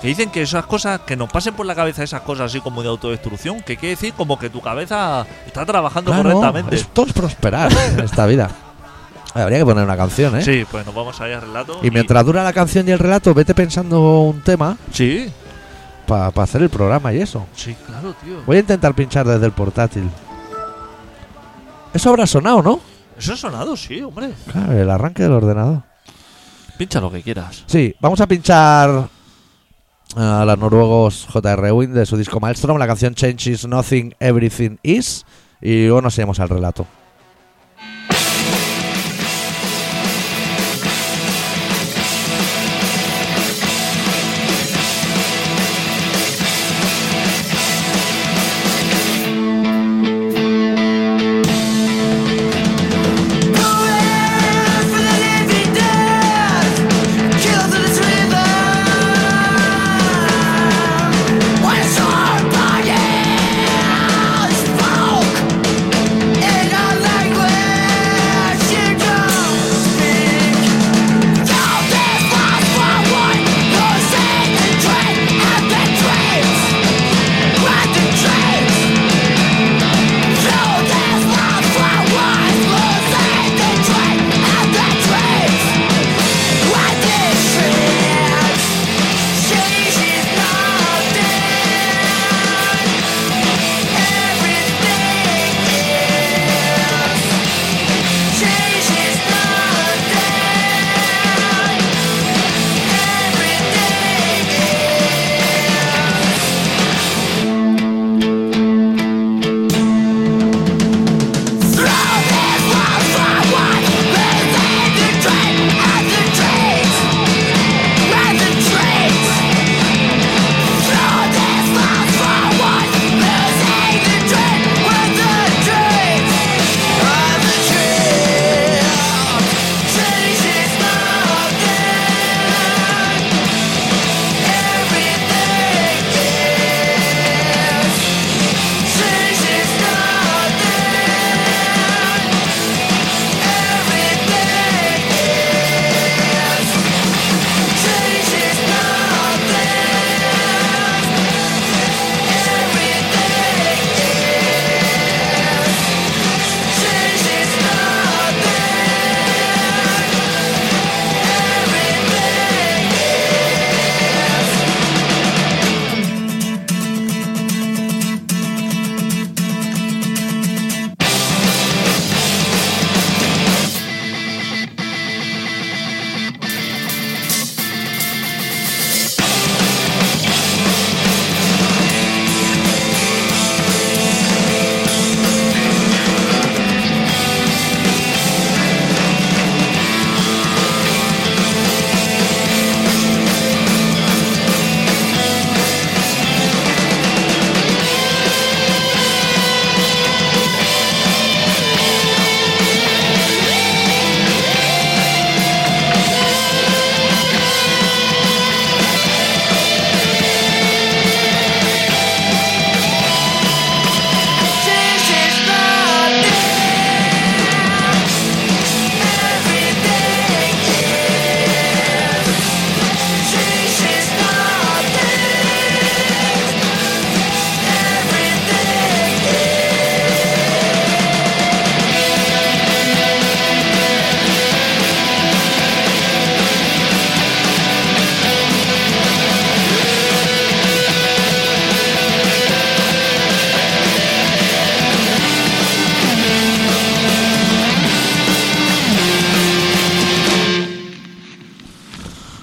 Que dicen que esas cosas, que nos pasen por la cabeza esas cosas así como de autodestrucción, que quiere decir como que tu cabeza está trabajando
Claro,
correctamente.
Esto es prosperar en esta vida. Ay, Habría que poner una canción, ¿eh?
Sí, pues nos vamos a ir al relato.
Y mientras dura la canción y el relato, vete pensando un tema
Sí,
para hacer el programa y eso.
sí, claro, tío.
Voy a intentar pinchar desde el portátil. Eso habrá sonado, ¿no?
Eso ha sonado, sí, hombre.
Claro, el arranque del ordenador.
Pincha lo que quieras.
Sí, vamos a pinchar a los noruegos J.R. Wynn de su disco Maelstrom, la canción Change is Nothing, Everything Is, y luego nos iremos al relato.
Spoke in a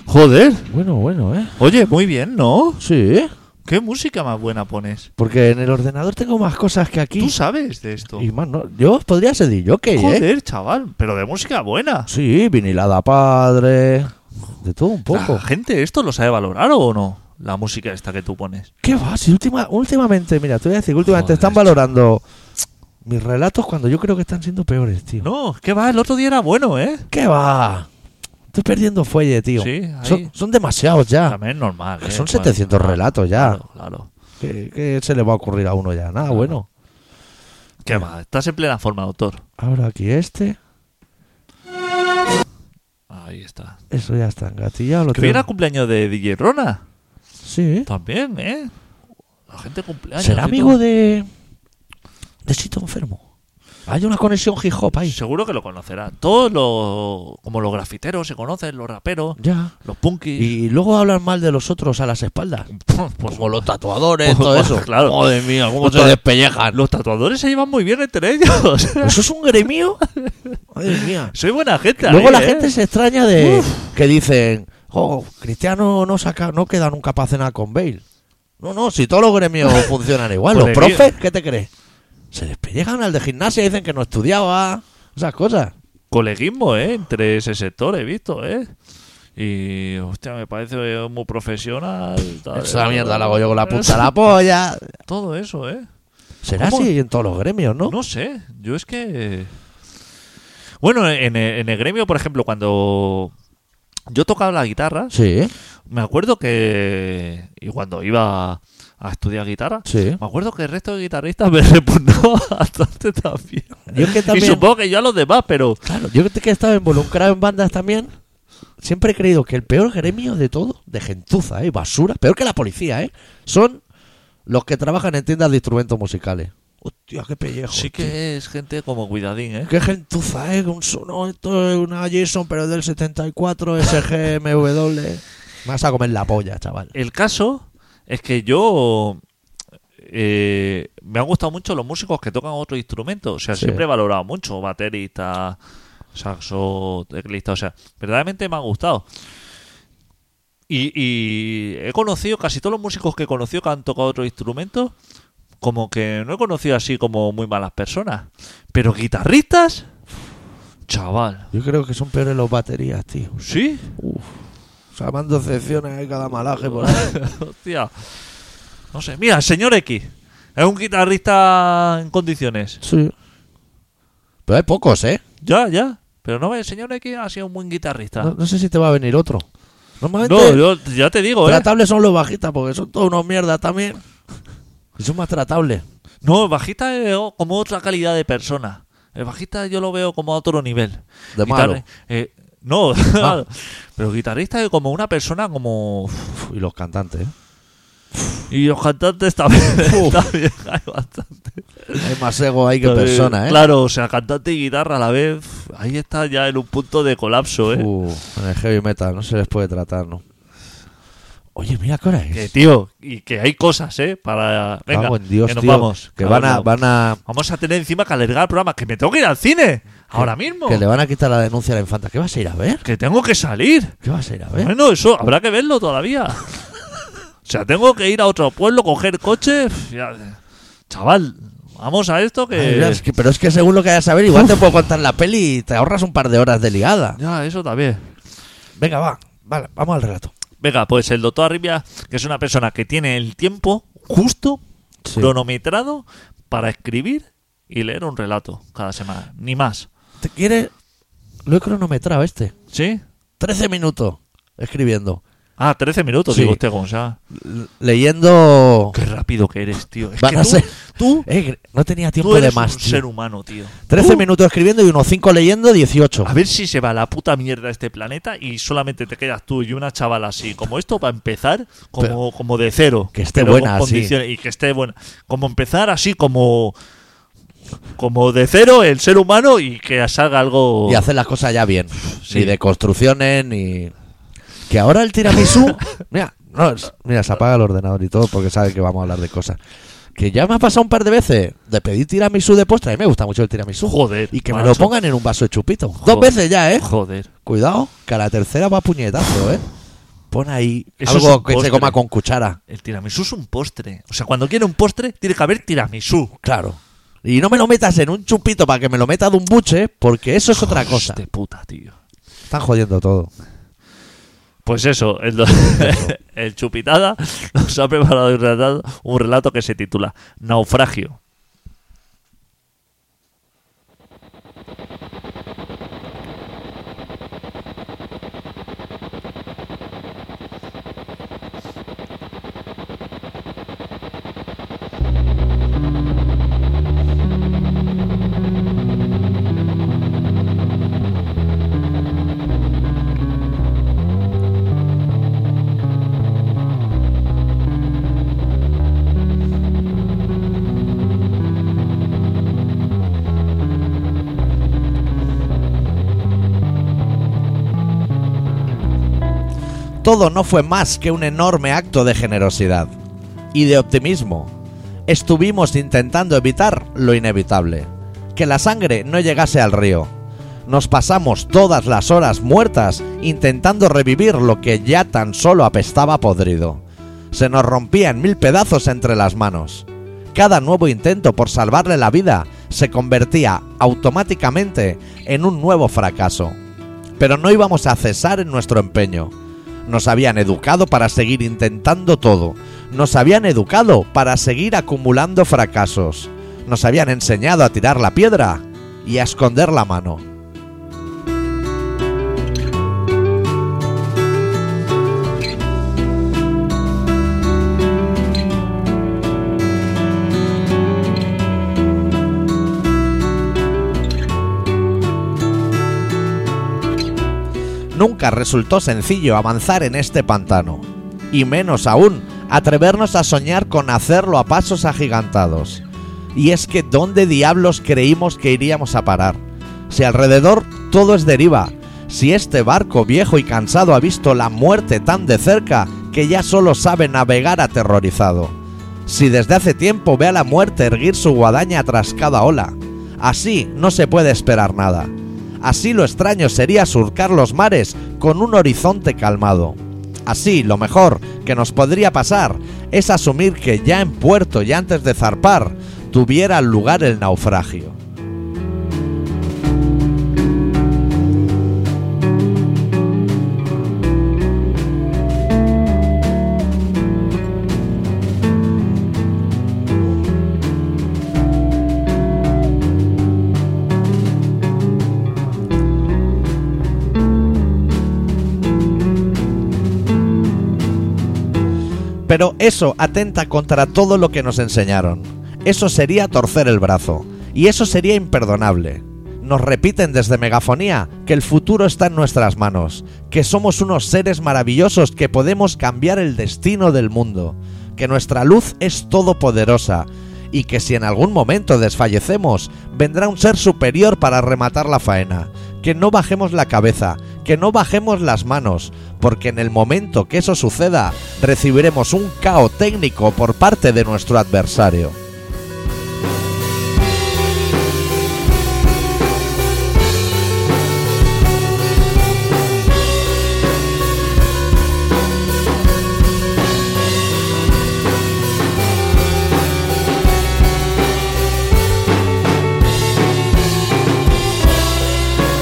Joder.
Bueno, bueno, ¿eh?
Oye, muy bien, ¿no?
Sí.
¿Qué música más buena pones?
Porque en el ordenador tengo más cosas que
Tú
aquí.
sabes de esto.
Y más, no. Yo podría ser DJ, ¿eh?
Joder, chaval, pero de música buena.
Sí, vinilada padre. De todo un poco.
¿La gente esto lo sabe valorar o no? La música esta que tú pones.
¿Qué va? Si última, últimamente, mira, te voy a decir que últimamente
Joder,
están valorando mis relatos cuando yo creo que están siendo peores, tío.
No, que va, el otro día era bueno, ¿eh?
¿Qué va? Estoy perdiendo fuelle, tío.
Sí, ahí.
son, son demasiados ya.
También es normal.
Ah, Que
¿eh?
son
Bueno,
700
claro,
relatos ya.
Claro, claro.
¿Qué, qué se le va a ocurrir a uno ya? Nada, bueno.
¿Qué va? Estás en plena forma, doctor.
Ahora aquí este.
Ahí está.
Eso ya está engatillado. Lo
Que hubiera
tengo.
cumpleaños de DJ Rona.
Sí.
También, ¿eh? La gente cumpleaños.
¿Será
y
amigo
todo.
de. de Sito Enfermo? Hay una conexión hip hop ahí.
Seguro que lo conocerá. Todos los. Como los grafiteros se conocen, los raperos,
Ya.
los punkis.
Y luego hablan mal de los otros a las espaldas.
Pues
Como los tatuadores, todo
Pues,
eso.
claro.
Madre mía, cómo
Los
se
ta-
despellejan.
Los tatuadores se llevan muy bien entre ellos.
¿Eso es un gremio? Madre mía.
Soy buena gente.
Luego
ahí,
la
¿eh?
gente se extraña de que dicen, oh, Cristiano no saca, no queda nunca para cenar con Bale. No, no, si todos los gremios funcionan igual, los
Pues de
profes, ¿qué te crees? Se despellejan al de gimnasia y dicen que no estudiaba, esas cosas.
Coleguismo, ¿eh? Entre ese sector he visto, ¿eh? Y, hostia, me parece muy profesional. tal,
Esa
eh,
mierda la hago yo con la punta
eso,
de la polla.
Todo eso, ¿eh?
Será
¿Cómo?
así en todos los gremios, ¿no?
No sé, yo es que... Bueno, en el, en el gremio, por ejemplo, cuando yo tocaba la guitarra,
Sí, ¿eh?
me acuerdo que... Y cuando iba a estudiar guitarra,
sí.
me acuerdo que el resto de guitarristas me repugnó bastante también.
Yo que
Y
también,
supongo que yo a los demás, pero...
claro, yo que he estado involucrado en bandas también, siempre he creído que el peor gremio de todo, de gentuza, ¿eh? basura, peor que la policía, ¿eh? son los que trabajan en tiendas de instrumentos musicales. Hostia, qué pellejo.
Sí
tío.
que es gente como cuidadín, ¿eh?
Qué gentuza, ¿eh? Un su- no, esto es una Jason, pero es del 74, SGMW. Me vas a comer la polla, chaval.
El caso es que yo eh, me han gustado mucho los músicos que tocan otros instrumentos. O sea,
Sí.
siempre he valorado mucho baterista, saxo, teclista. O sea, verdaderamente me han gustado. Y, y he conocido casi todos los músicos que he conocido que han tocado otros instrumentos. Como que no he conocido así como muy malas personas. Pero guitarristas, chaval,
Yo creo que son peores los baterías, tío.
sí,
O sea, mando excepciones ahí cada malaje por ahí.
Hostia. No sé. Mira, el señor X. Es un guitarrista en condiciones.
Sí. Pero hay pocos, ¿eh?
Ya, ya. Pero no, el señor X ha sido un buen guitarrista.
No,
No,
no sé si te va a venir otro. Normalmente
Ah. yo ya te digo, ¿eh?
tratables son los bajistas porque son todos unos mierdas también. Y son más tratables.
No, el bajista es o- como otra calidad de persona. El bajista yo lo veo como a otro nivel.
De
Guitarra-
malo.
eh, no,
Ah.
pero guitarrista es como una persona como...
Uf, y los cantantes, ¿eh?
Y los cantantes también.
Uf.
también hay bastante.
Hay más ego ahí que
También,
persona, ¿eh?
Claro, o sea, cantante y guitarra a la vez. Ahí está ya en un punto de colapso, ¿eh?
Uf, en el heavy metal no se les puede tratar, ¿no? Oye, mira qué hora es.
Que, tío, y que hay cosas, ¿eh? Para. Venga,
Cago en Dios,
que nos
tío,
vamos.
Que
Cago
van
en
a,
Dios.
van a...
Vamos a tener encima que alargar el programa. Que me tengo que ir al cine. Ahora mismo.
Que le van a quitar la denuncia a la infanta. ¿Qué vas a ir a ver?
Que tengo que salir.
¿Qué vas a ir a ver?
Bueno, eso habrá que verlo todavía. o sea, tengo que ir a otro pueblo, coger coche. ya- Chaval, vamos a esto que.
Ay, mira, es que- pero es que según lo que vayas a ver, igual te puedo contar la peli y te ahorras un par de horas de ligada.
Ya, eso también.
Venga, va. Vale, vamos al relato.
Venga, pues el doctor Arribia, que es una persona que tiene el tiempo justo,
Sí.
cronometrado, para escribir y leer un relato cada semana. Ni más.
¿Te quieres? Lo he cronometrado este.
¿Sí?
13 minutos escribiendo.
Ah, 13 minutos,
Sí.
digo usted, Gonzalo.
L- leyendo.
Qué rápido que eres, tío. Es
Van
que
a
tú,
ser-
tú,
Eh, no tenía
tú
tiempo
eres
de más.
un
tío.
ser humano, tío.
13
Tú-
minutos escribiendo y unos 5 leyendo, 18.
A ver si se va la puta mierda este planeta y solamente te quedas tú y una chavala así como esto para empezar como, como de cero.
Que esté
pero
buena,
con
así.
condiciones- Y que esté buena. Como empezar así como... Como de cero el ser humano y que salga algo...
Y hacer las cosas ya bien.
Oh. Sí.
Ni de construcciones, ni. Que ahora el tiramisú. mira, no, es- mira, se apaga el ordenador y todo porque sabe que vamos a hablar de cosas. Que ya me ha pasado un par de veces de pedir tiramisú de postre. A mí me gusta mucho el tiramisú.
Joder.
Y que me
macho.
lo pongan en un vaso de chupito. Dos
Joder.
veces ya, ¿eh?
Joder.
Cuidado, que a la tercera va puñetazo, ¿eh? Pon ahí
Eso es
algo
un
que se
postre.
coma con cuchara.
El tiramisú es un postre. O sea, cuando quiere un postre, tiene que haber tiramisú.
Claro. Y no me lo metas en un chupito para que me lo meta de un buche, porque eso es otra cosa.
De puta, tío.
Están jodiendo todo.
Pues eso, el, do- el Chupitada nos ha preparado un relato, un relato que se titula Naufragio.
Todo no fue más que un enorme acto de generosidad y de optimismo. Estuvimos intentando evitar lo inevitable, que la sangre no llegase al río. Nos pasamos todas las horas muertas intentando revivir lo que ya tan solo apestaba podrido. Se nos rompía en mil pedazos entre las manos. Cada nuevo intento por salvarle la vida se convertía automáticamente en un nuevo fracaso. Pero no íbamos a cesar en nuestro empeño. Nos habían educado para seguir intentando todo. Nos habían educado para seguir acumulando fracasos. Nos habían enseñado a tirar la piedra y a esconder la mano. Nunca resultó sencillo avanzar en este pantano, y menos aún atrevernos a soñar con hacerlo a pasos agigantados. Y es que ¿dónde diablos creímos que iríamos a parar? Si alrededor todo es deriva, si este barco viejo y cansado ha visto la muerte tan de cerca que ya solo sabe navegar aterrorizado. Si desde hace tiempo ve a la muerte erguir su guadaña tras cada ola. Así no se puede esperar nada. Así lo extraño sería surcar los mares con un horizonte calmado. Así lo mejor que nos podría pasar es asumir que ya en puerto y antes de zarpar tuviera lugar el naufragio. Pero eso atenta contra todo lo que nos enseñaron. Eso sería torcer el brazo. Y eso sería imperdonable. Nos repiten desde megafonía que el futuro está en nuestras manos, que somos unos seres maravillosos que podemos cambiar el destino del mundo, que nuestra luz es todopoderosa y que si en algún momento desfallecemos, vendrá un ser superior para rematar la faena. Que no bajemos la cabeza, que no bajemos las manos, porque en el momento que eso suceda, recibiremos un cao técnico por parte de nuestro adversario.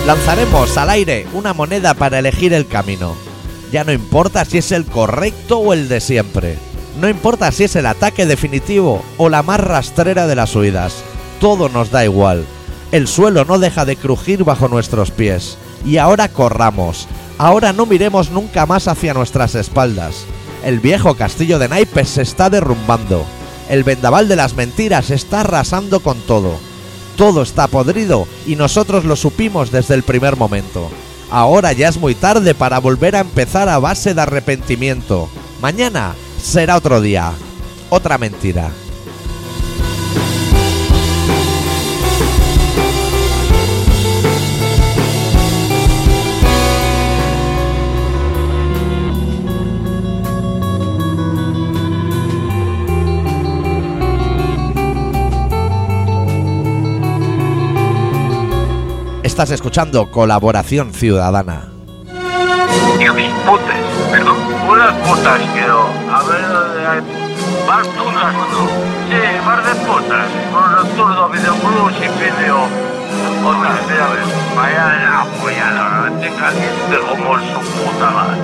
Lanzaremos al aire una moneda para elegir el camino. Ya no importa si es el correcto o el de siempre. No importa si es el ataque definitivo o la más rastrera de las huidas. Todo nos da igual. El suelo no deja de crujir bajo nuestros pies. Y ahora corramos. Ahora no miremos nunca más hacia nuestras espaldas. El viejo castillo de naipes se está derrumbando. El vendaval de las mentiras está arrasando con todo. Todo está podrido y nosotros lo supimos desde el primer momento. Ahora ya es muy tarde para volver a empezar a base de arrepentimiento. Mañana será otro día. Otra mentira. Estás escuchando Colaboración Ciudadana.
Hijo de puta, perdón, Unas putas quiero. A ver dónde hay. Bar putas, ¿no? Sí, bar de putas. Con nocturno, videoclub y video. Otra, vez, a ver. Vaya de la apoyadora. Estoy caliente como su puta madre.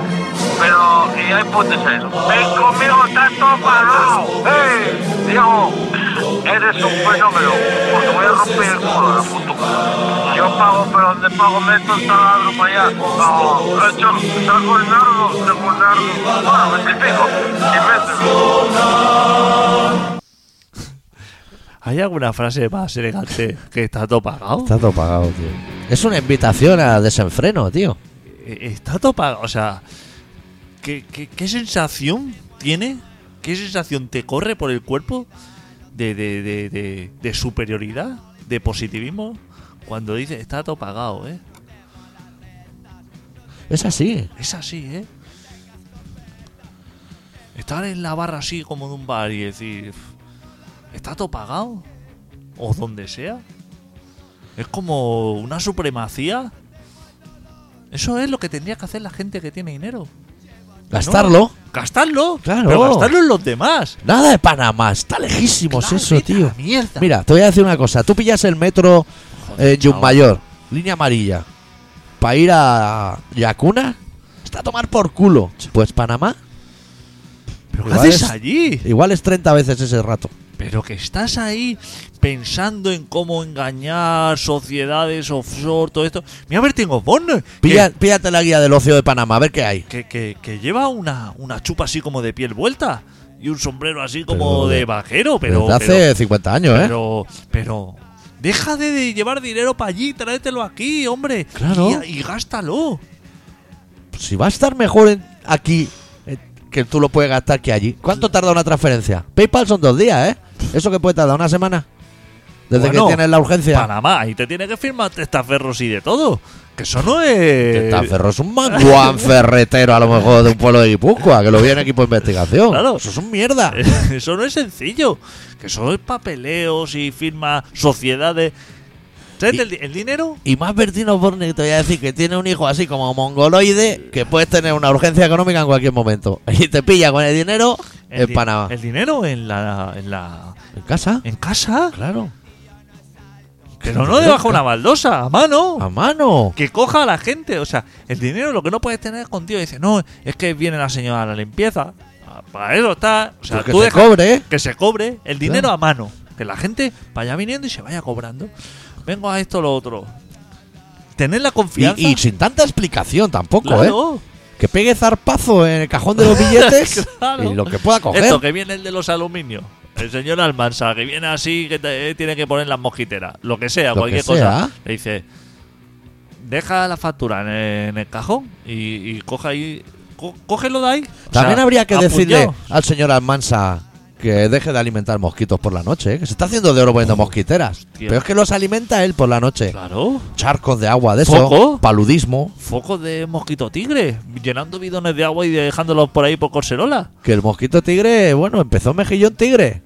Pero, y hay putas ahí. Ven conmigo, tanto parado. ¡Ey! Diego, eres un fenómeno. Porque voy a romper el culo la puta madre. Yo pago, pero donde pago meto el taladro para allá. Pago. Lo he hecho. Saco el nardo, saco el nardo. Bueno, me pico. Y mételo.
¿Hay alguna frase más elegante que está todo pagado?
Está todo pagado, tío. Es una invitación a desenfreno, tío.
Eh, Está todo pagado. O sea, ¿qué, qué, qué sensación tiene? ¿Qué sensación te corre por el cuerpo de, de, de, de, de superioridad, de positivismo, cuando dice está todo pagado, eh?
Es así.
Es así, ¿eh? Estar en la barra así como de un bar y decir, ¿está todo pagado? O donde sea. Es como una supremacía. Eso es lo que tendría que hacer la gente que tiene dinero.
Gastarlo.
Gastarlo.
Claro.
Pero gastarlo en los demás.
Nada de Panamá. Está lejísimos
Claro,
Pues eso,
vete a
tío.
la mierda.
Mira, te voy a decir una cosa. Tú pillas el metro
Joder,
en
chaval.
Yumayor, línea amarilla, para ir a Yacuna. Está a tomar por culo. Pues Panamá,
¿Pero qué
igual
haces
es-
allí?
igual es 30 veces ese rato.
Pero que estás ahí pensando en cómo engañar sociedades offshore, todo esto. Mira Bertín Osborne. que-
Pilla- píllate la guía del ocio de Panamá, a ver qué hay.
que, que- que lleva una, una chupa así como de piel vuelta y un sombrero así
Pero-
como de vaquero, pero.
Desde hace
pero,
50 años, ¿eh?
pero, pero Deja de, de llevar dinero para allí, tráetelo aquí, hombre.
Claro.
Y, y gástalo.
Si va a estar mejor en- aquí eh, que tú lo puedes gastar que allí. ¿Cuánto tarda una transferencia? PayPal son dos días, ¿eh? ¿Eso que puede tardar? ¿Una semana? Desde
Bueno,
que tienes la urgencia.
Panamá, y te tiene que firmar testaferros y de todo. Que eso no es.
Está Ferro es un manguán ferretero a lo mejor de un pueblo de Guipúzcoa que lo viene equipo de investigación.
Claro.
Eso es un mierda.
Eso no es sencillo. Que eso es papeleos y firmas, sociedades. ¿Sabes
Y-
el, di- el dinero?
Y más Bertino Borne que te voy a decir que tiene un hijo así como mongoloide que puedes tener una urgencia económica en cualquier momento. Y te pilla con el dinero
El
en
di-
Panamá.
El dinero en la. En, la,
¿En casa?
en casa.
Claro.
Pero no debajo de una baldosa, a mano.
A mano.
Que coja a la gente. O sea, el dinero lo que no puedes tener contigo. Dice, no, es que viene la señora a la limpieza. Ah, Para eso está. O sea,
Pues que
tú
se
deja-
cobre, ¿eh?
que se cobre el dinero
Claro.
a mano. Que la gente vaya viniendo y se vaya cobrando. Vengo a esto, lo otro. Tener la confianza.
Y, y sin tanta explicación tampoco, ¿eh?
claro.
Que pegue zarpazo en el cajón de los billetes
Claro.
y lo que pueda coger.
Esto que viene el de los aluminios. El señor Almansa, que viene así, que te- eh, tiene que poner las mosquiteras. Lo que sea,
Lo que
cualquier
sea.
cosa. Le dice, deja la factura en el, en el cajón y, y coge ahí... co- cógelo de ahí. O
También
sea,
habría que
apuñado.
decirle al señor Almansa que deje de alimentar mosquitos por la noche, ¿eh? que se está haciendo de oro poniendo mosquiteras.
hostia.
Pero es que los alimenta él por la noche.
Claro.
Charcos de agua, de eso,
Foco.
paludismo,
Focos de mosquito tigre, llenando bidones de agua y dejándolos por ahí por corserola.
que el mosquito tigre, bueno, empezó mejillón tigre.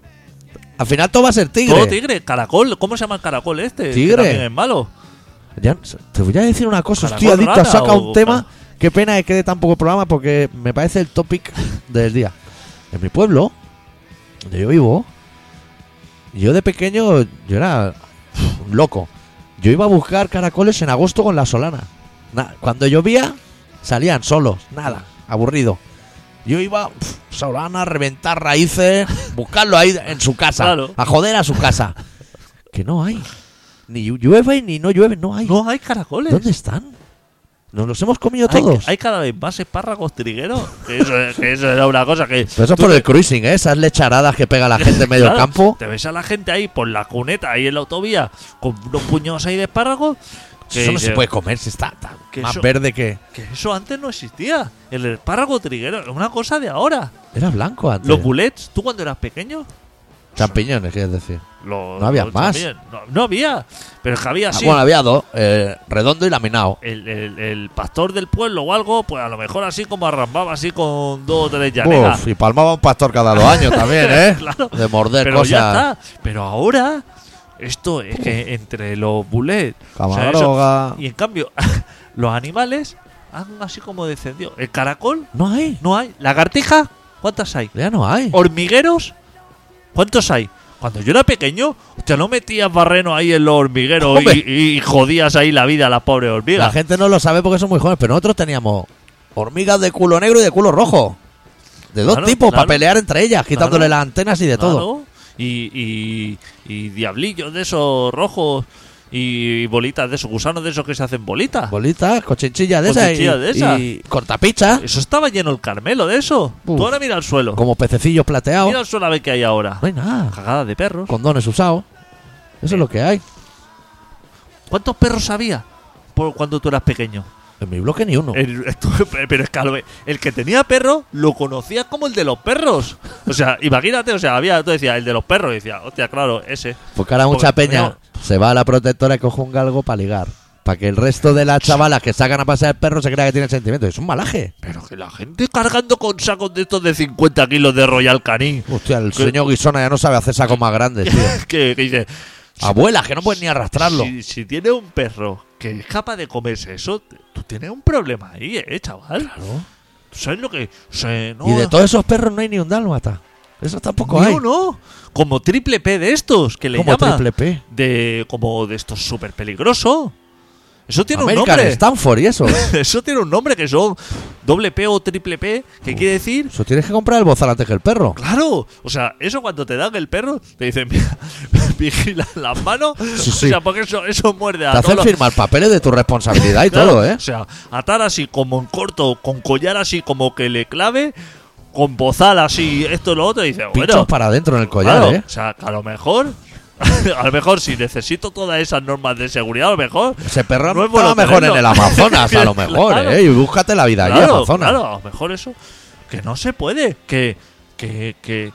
Al final todo va a ser tigre.
Todo tigre, caracol. ¿Cómo se llama el caracol este? Que
Tigre.
también es malo.
Ya, te voy a decir una cosa,
Caracol
estoy adicto a
rana
saca
o-
un tema. Qué pena que quede tan poco programa porque me parece el topic del día. En mi pueblo, donde yo vivo, yo de pequeño, yo era pf, un loco. Yo iba a buscar caracoles en agosto con la solana. Na- cuando llovía, salían solos, nada, aburrido. Yo iba, pf, solana, a reventar raíces, buscarlo ahí en su casa,
Claro.
a joder a su casa. Que no hay. Ni llueve ni no llueve, no hay.
No hay caracoles.
¿Dónde están? Nos los hemos comido
Hay-
todos.
Hay, cada vez más espárragos trigueros. Que eso, que eso era una cosa que.
Pero eso es
tú
por
te-
el cruising, ¿eh? esas lecharadas que pega la gente en medio del
claro,
campo.
Te ves a la gente ahí por la cuneta, ahí en la autovía, con unos puños ahí de espárragos.
Eso no
dice-
se puede comer, si está, está
que
más
eso-
verde que.
Que eso antes no existía. El espárrago triguero es una cosa de ahora.
Era blanco antes.
Los culets, tú cuando eras pequeño.
Champiñones, quieres decir.
los-
No había
los
más.
champiñones- No, no había. Pero es que había
Ah,
así.
bueno, había dos: eh, redondo y laminado.
el, el- el pastor del pueblo o algo, pues a lo mejor así como arrambaba así con dos o tres llaneras.
Uf, y palmaba un pastor cada dos años también, ¿eh?
Claro.
De morder
Pero
cosas.
ya está. Pero ahora, esto es que entre los bullets. o sea, eso-
Camaroga.
y en cambio, los animales algo así como descendió. ¿El caracol?
No hay.
No hay. ¿Lagartija? ¿Cuántas hay?
Ya no
Oh,
hay.
¿Hormigueros? ¿Cuántos hay? Cuando yo era pequeño, hostia, no metías barreno ahí en los hormigueros y,
Hombre.
y jodías ahí la vida a las pobres
La
hormigas.
gente no lo sabe porque son muy jóvenes, pero nosotros teníamos hormigas de culo negro y de culo rojo. De dos
Claro,
tipos,
claro.
para pelear entre ellas, quitándole
Claro.
las antenas y de todo.
Claro. Y, y, y diablillos de esos rojos y bolitas de esos gusanos de esos que se hacen bolitas.
Bolitas, cochinchillas de esas
Cochinchillas
y,
de esas.
y cortapichas,
Eso estaba lleno el Carmelo de eso.
Uf.
Tú ahora mira el suelo.
como pececillos plateados.
Mira el suelo a ver qué hay ahora.
No hay nada.
Cagada de perros.
Condones usados. Eso es lo que hay.
¿Cuántos perros había por cuando tú eras pequeño?
En mi bloque ni uno.
El- pero es que a lo- el que tenía perro lo conocía como el de los perros. O sea, imagínate, o sea, había, tú decías, el de los perros, y decía, hostia, claro, ese.
Porque ahora mucha
Porque,
peña se va a la protectora y coge un galgo para ligar. Para que el resto de las chavalas que sacan a pasear el perro se crea que tienen sentimientos. Es un malaje.
Pero que la gente cargando con sacos de estos de 50 kilos de Royal Canin.
Hostia, el
Que-
señor Guisona ya no sabe hacer sacos más grandes, tío.
que, que dice,
Abuelas, que no pueden ni arrastrarlo.
si, si tiene un perro que es capaz de comerse eso, tú tienes un problema ahí, eh, chaval.
Claro.
¿Tú ¿Sabes lo que? se- no,
Y de todos esos perros no hay ni un dálmata. Eso tampoco
ni
hay.
uno. Como triple P de estos, que le
Como
llama.
triple P.
de como de estos súper peligroso. Eso tiene un
American
nombre.
Stanford y eso.
Eso tiene un nombre que son doble P o triple P, que quiere decir
Eso tienes que comprar el bozal antes que el perro.
Claro, o sea, eso cuando te dan el perro, te dicen, mira, vigila las manos,
Sí,
o
sí.
sea, porque eso, eso muerde a
Te hacen
todos los-
firmar papeles de tu responsabilidad y
Claro,
todo, ¿eh?
O sea, atar así como en corto, con collar así como que le clave, con bozal así, esto lo otro, y dice,
Pinchos
bueno,
para adentro en el collar,
Claro,
¿eh?
O sea, que a lo mejor, a lo mejor si necesito todas esas normas de seguridad, a lo mejor.
Ese perro
No es
estaba
bueno
mejor en
tenerlo.
el Amazonas, a lo mejor,
Claro.
¿eh? Y búscate la vida allí,
Claro,
Amazonas.
claro, a lo mejor eso. Que no se puede, que. que. que.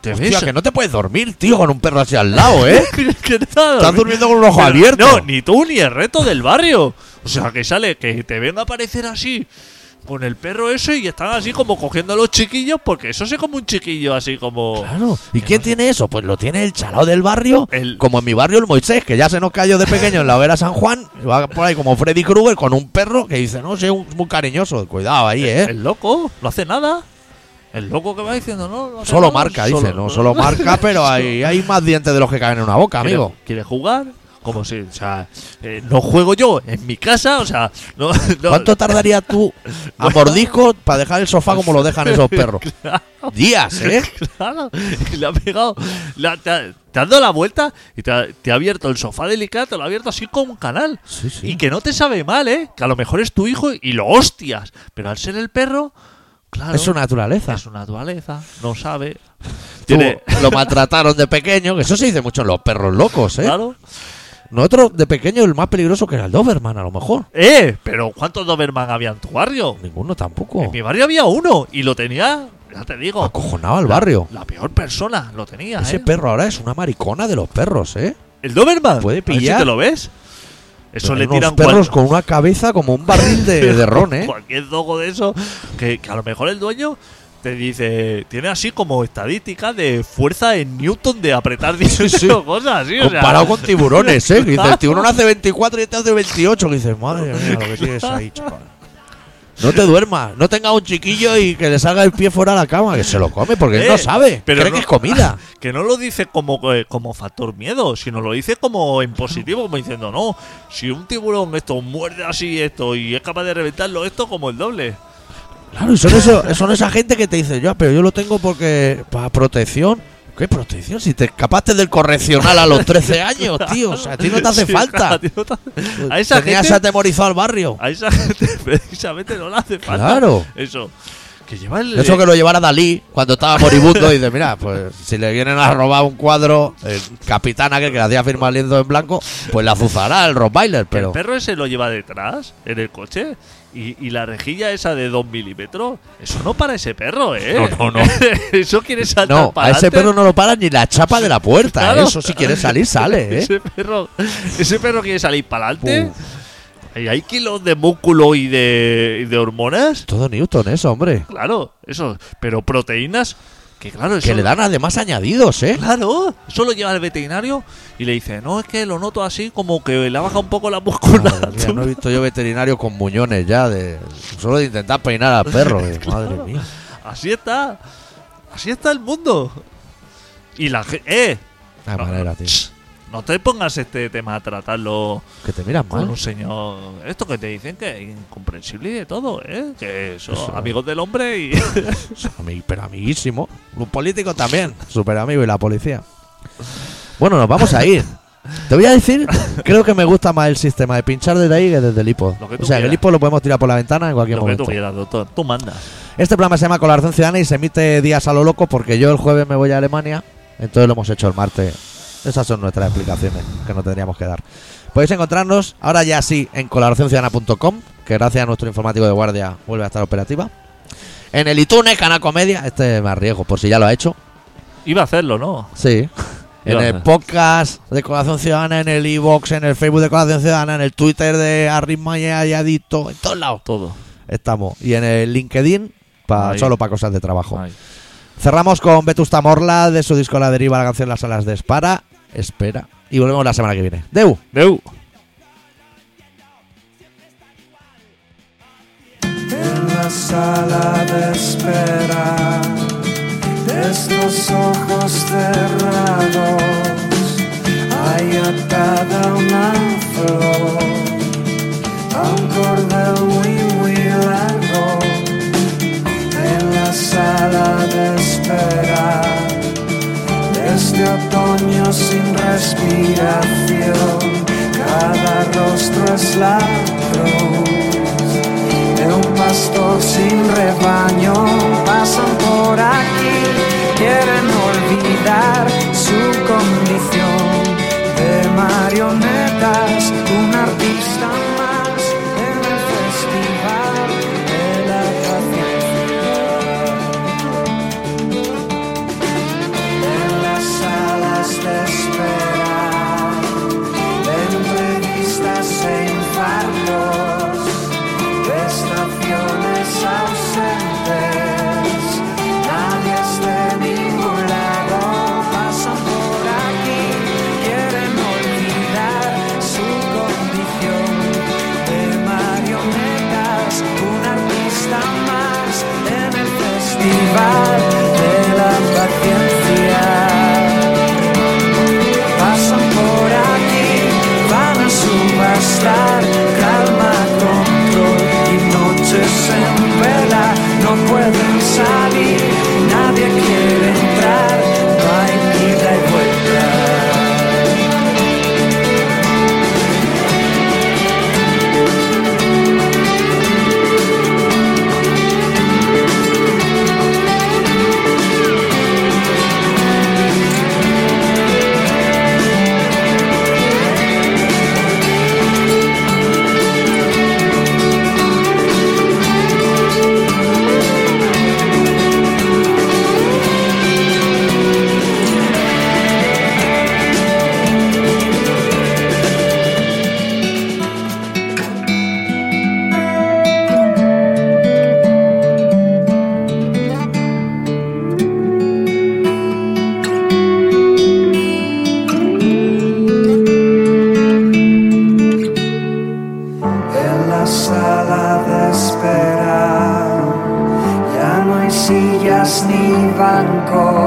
te
Hostia,
ves.
que no te puedes dormir, tío, con un perro así al lado, ¿eh?
que te ha
Estás
dormido.
durmiendo con un ojo
Pero
abierto.
No, ni tú ni el reto del barrio. O sea, que sale, que te venga a aparecer así. Con el perro ese y están así como cogiendo a los chiquillos, porque eso se como un chiquillo así como.
Claro. ¿Y
Que
quién
no
tiene eso? Pues lo tiene el chalao del barrio,
El-
como en mi barrio el Moisés, que ya se nos cayó de pequeño en la hoguera San Juan, y va por ahí como Freddy Krueger con un perro que dice, no, soy un- muy cariñoso, cuidado ahí, ¿eh?
El loco, no hace nada. El loco que va diciendo, no. no hace
Solo
nada,
marca, dice, no, solo marca, pero hay, hay más dientes de los que caen en una boca,
¿Quiere-
amigo.
¿Quiere, jugar? Como si, o sea, eh, no juego yo en mi casa, o sea, no. no-
¿Cuánto tardaría tú a mordisco para dejar el sofá como lo dejan esos perros? Días, ¿eh?
Claro, y le ha pegado. le ha- te, ha, te has dado la vuelta y te ha, te ha abierto el sofá delicado, te lo ha abierto así como un canal.
Sí, sí.
Y que no te sabe mal, ¿eh? Que a lo mejor es tu hijo y lo hostias. Pero al ser el perro, claro.
Es su naturaleza.
es su naturaleza, no sabe.
Tú,
Tiene.
Lo maltrataron de pequeño, que eso se dice mucho en los perros locos, ¿eh?
Claro.
Nosotros de pequeño el más peligroso que era el Doberman, a lo mejor.
¡Eh! Pero ¿cuántos Doberman había en tu barrio?
Ninguno tampoco.
En mi barrio había uno y lo tenía, ya te digo,
Acojonaba el barrio.
la peor persona lo tenía.
Ah, Ese
¿eh?
perro ahora es una maricona de los perros, ¿eh?
El Doberman.
Puede
A ver si
pillar.
te lo ves. Eso
Pero
le
unos
tiran
perros
cual-
con una cabeza como un barril de, de ron, ¿eh?
Cualquier dogo de eso, que, que a lo mejor el dueño te dice, tiene así como estadística de fuerza en Newton de apretar 18
sí.
cosas, ¿sí? O sea,
Comparado con tiburones, ¿eh? Que dice, el tiburón hace 24 y te hace 28. Que dices, madre mía, lo que tienes ahí, chaval. No te duermas, no tengas un chiquillo y que le salga el pie fuera de la cama, que se lo come porque él
Eh,
no sabe.
pero
Cree
no-
que es comida.
que no lo dice como, eh, como factor miedo, sino lo dice como en positivo, como diciendo, no, si un tiburón esto muerde así esto y es capaz de reventarlo esto como el doble.
Claro, y son, eso, son esa gente que te dice, ya, pero yo lo tengo porque para protección. ¿Qué protección? Si te escapaste del correccional a los 13 años, tío. O sea, a ti no te hace
Sí,
falta.
a ti no te hace- A esa
Tenías
gente,
atemorizado al barrio.
a esa gente precisamente no le hace falta.
Claro.
Eso. Que lleva el.
Eso que lo llevara Dalí cuando estaba moribundo. Dice, mira, pues si le vienen a robar un cuadro, el capitán aquel que le hacía firmar lienzo en blanco, pues la azuzará el Rottweiler,
El
pero...
perro ese lo lleva detrás, en el coche. Y, y la rejilla esa de 2 milímetros, eso no para ese perro, ¿eh?
No, no, no.
eso quiere saltar
No,
para
a ese
adelante.
perro no lo para ni la chapa de la puerta. ¿eh?
Claro.
Eso si quiere salir, sale, ¿eh?
Ese perro, ese perro quiere salir para adelante. Y hay kilos de músculo y de, y de hormonas.
Todo Newton eso, hombre.
Claro, eso. Pero proteínas. Que claro,
Que
eso-
le dan además añadidos, ¿eh?
Claro, solo lleva al veterinario y le dice, no, es que lo noto así como que le ha bajado un poco la musculatura.
Madre mía, no he visto yo veterinario con muñones ya, de, solo de intentar peinar al perro. eh, Madre mía.
Así está. Así está el mundo. Y la gente... ¡Eh!
La manera, tío.
Shh. No te pongas este tema a tratarlo
Que te miran
con
mal.
un señor. Esto que te dicen que es incomprensible y de todo, ¿eh? Que son
Eso.
amigos del hombre y.
Ami- pero amiguísimo. Los políticos también. Super amigo y la policía. Bueno, nos vamos a ir. Te voy a decir, creo que me gusta más el sistema de pinchar desde ahí que desde el hipo.
Lo que tú
o sea, que el
quieras.
hipo lo podemos tirar por la ventana en cualquier
Lo que tú
momento.
quieras, doctor. Tú mandas.
Este programa se llama Colaboración Ciudadana y se emite días a lo loco porque yo el jueves me voy a Alemania, entonces lo hemos hecho el martes. Esas son nuestras explicaciones que nos tendríamos que dar. Podéis encontrarnos ahora ya sí en colaboracionciudadana.com, que gracias a nuestro informático de guardia vuelve a estar operativa. En el iTunes, Canal Comedia, este me arriesgo por si ya lo ha hecho.
Iba a hacerlo, ¿no?
Sí. En
Iba a
el
hacer.
podcast de Colaboración Ciudadana, en el iBox, en el Facebook de Colaboración Ciudadana, en el Twitter de Arritma y Adicto, en todos lados
Todo.
estamos. Y en el LinkedIn, pa-
Ahí.
solo para cosas de trabajo.
Ay.
Cerramos con Vetusta Morla de su disco La Deriva, la canción Las Alas de Espara. Espera. Y volvemos la semana que viene. Deu.
Deu.
en la sala de espera de estos ojos cerrados hay atada una flor a un cordel muy muy largo en la sala de espera desde otoño sin respiración cada rostro es la cruz de un pastor sin rebaño pasan por aquí, quieren olvidar su condición de marionetas, un artista más en el festival de la paciencia. En las salas de espera, de entrevistas e infartos de estaciones ausentes. Nadie es de ningún lado, pasan por aquí, quieren olvidar su condición de marionetas. Un artista más en el festival de la paciencia pasan por aquí, van a subastar calma, control y noches en vela, no pueden salir, nadie quiere entrar, no hay vida y vuelta. en la sala de espera. Ya no hay sillas ni bancos.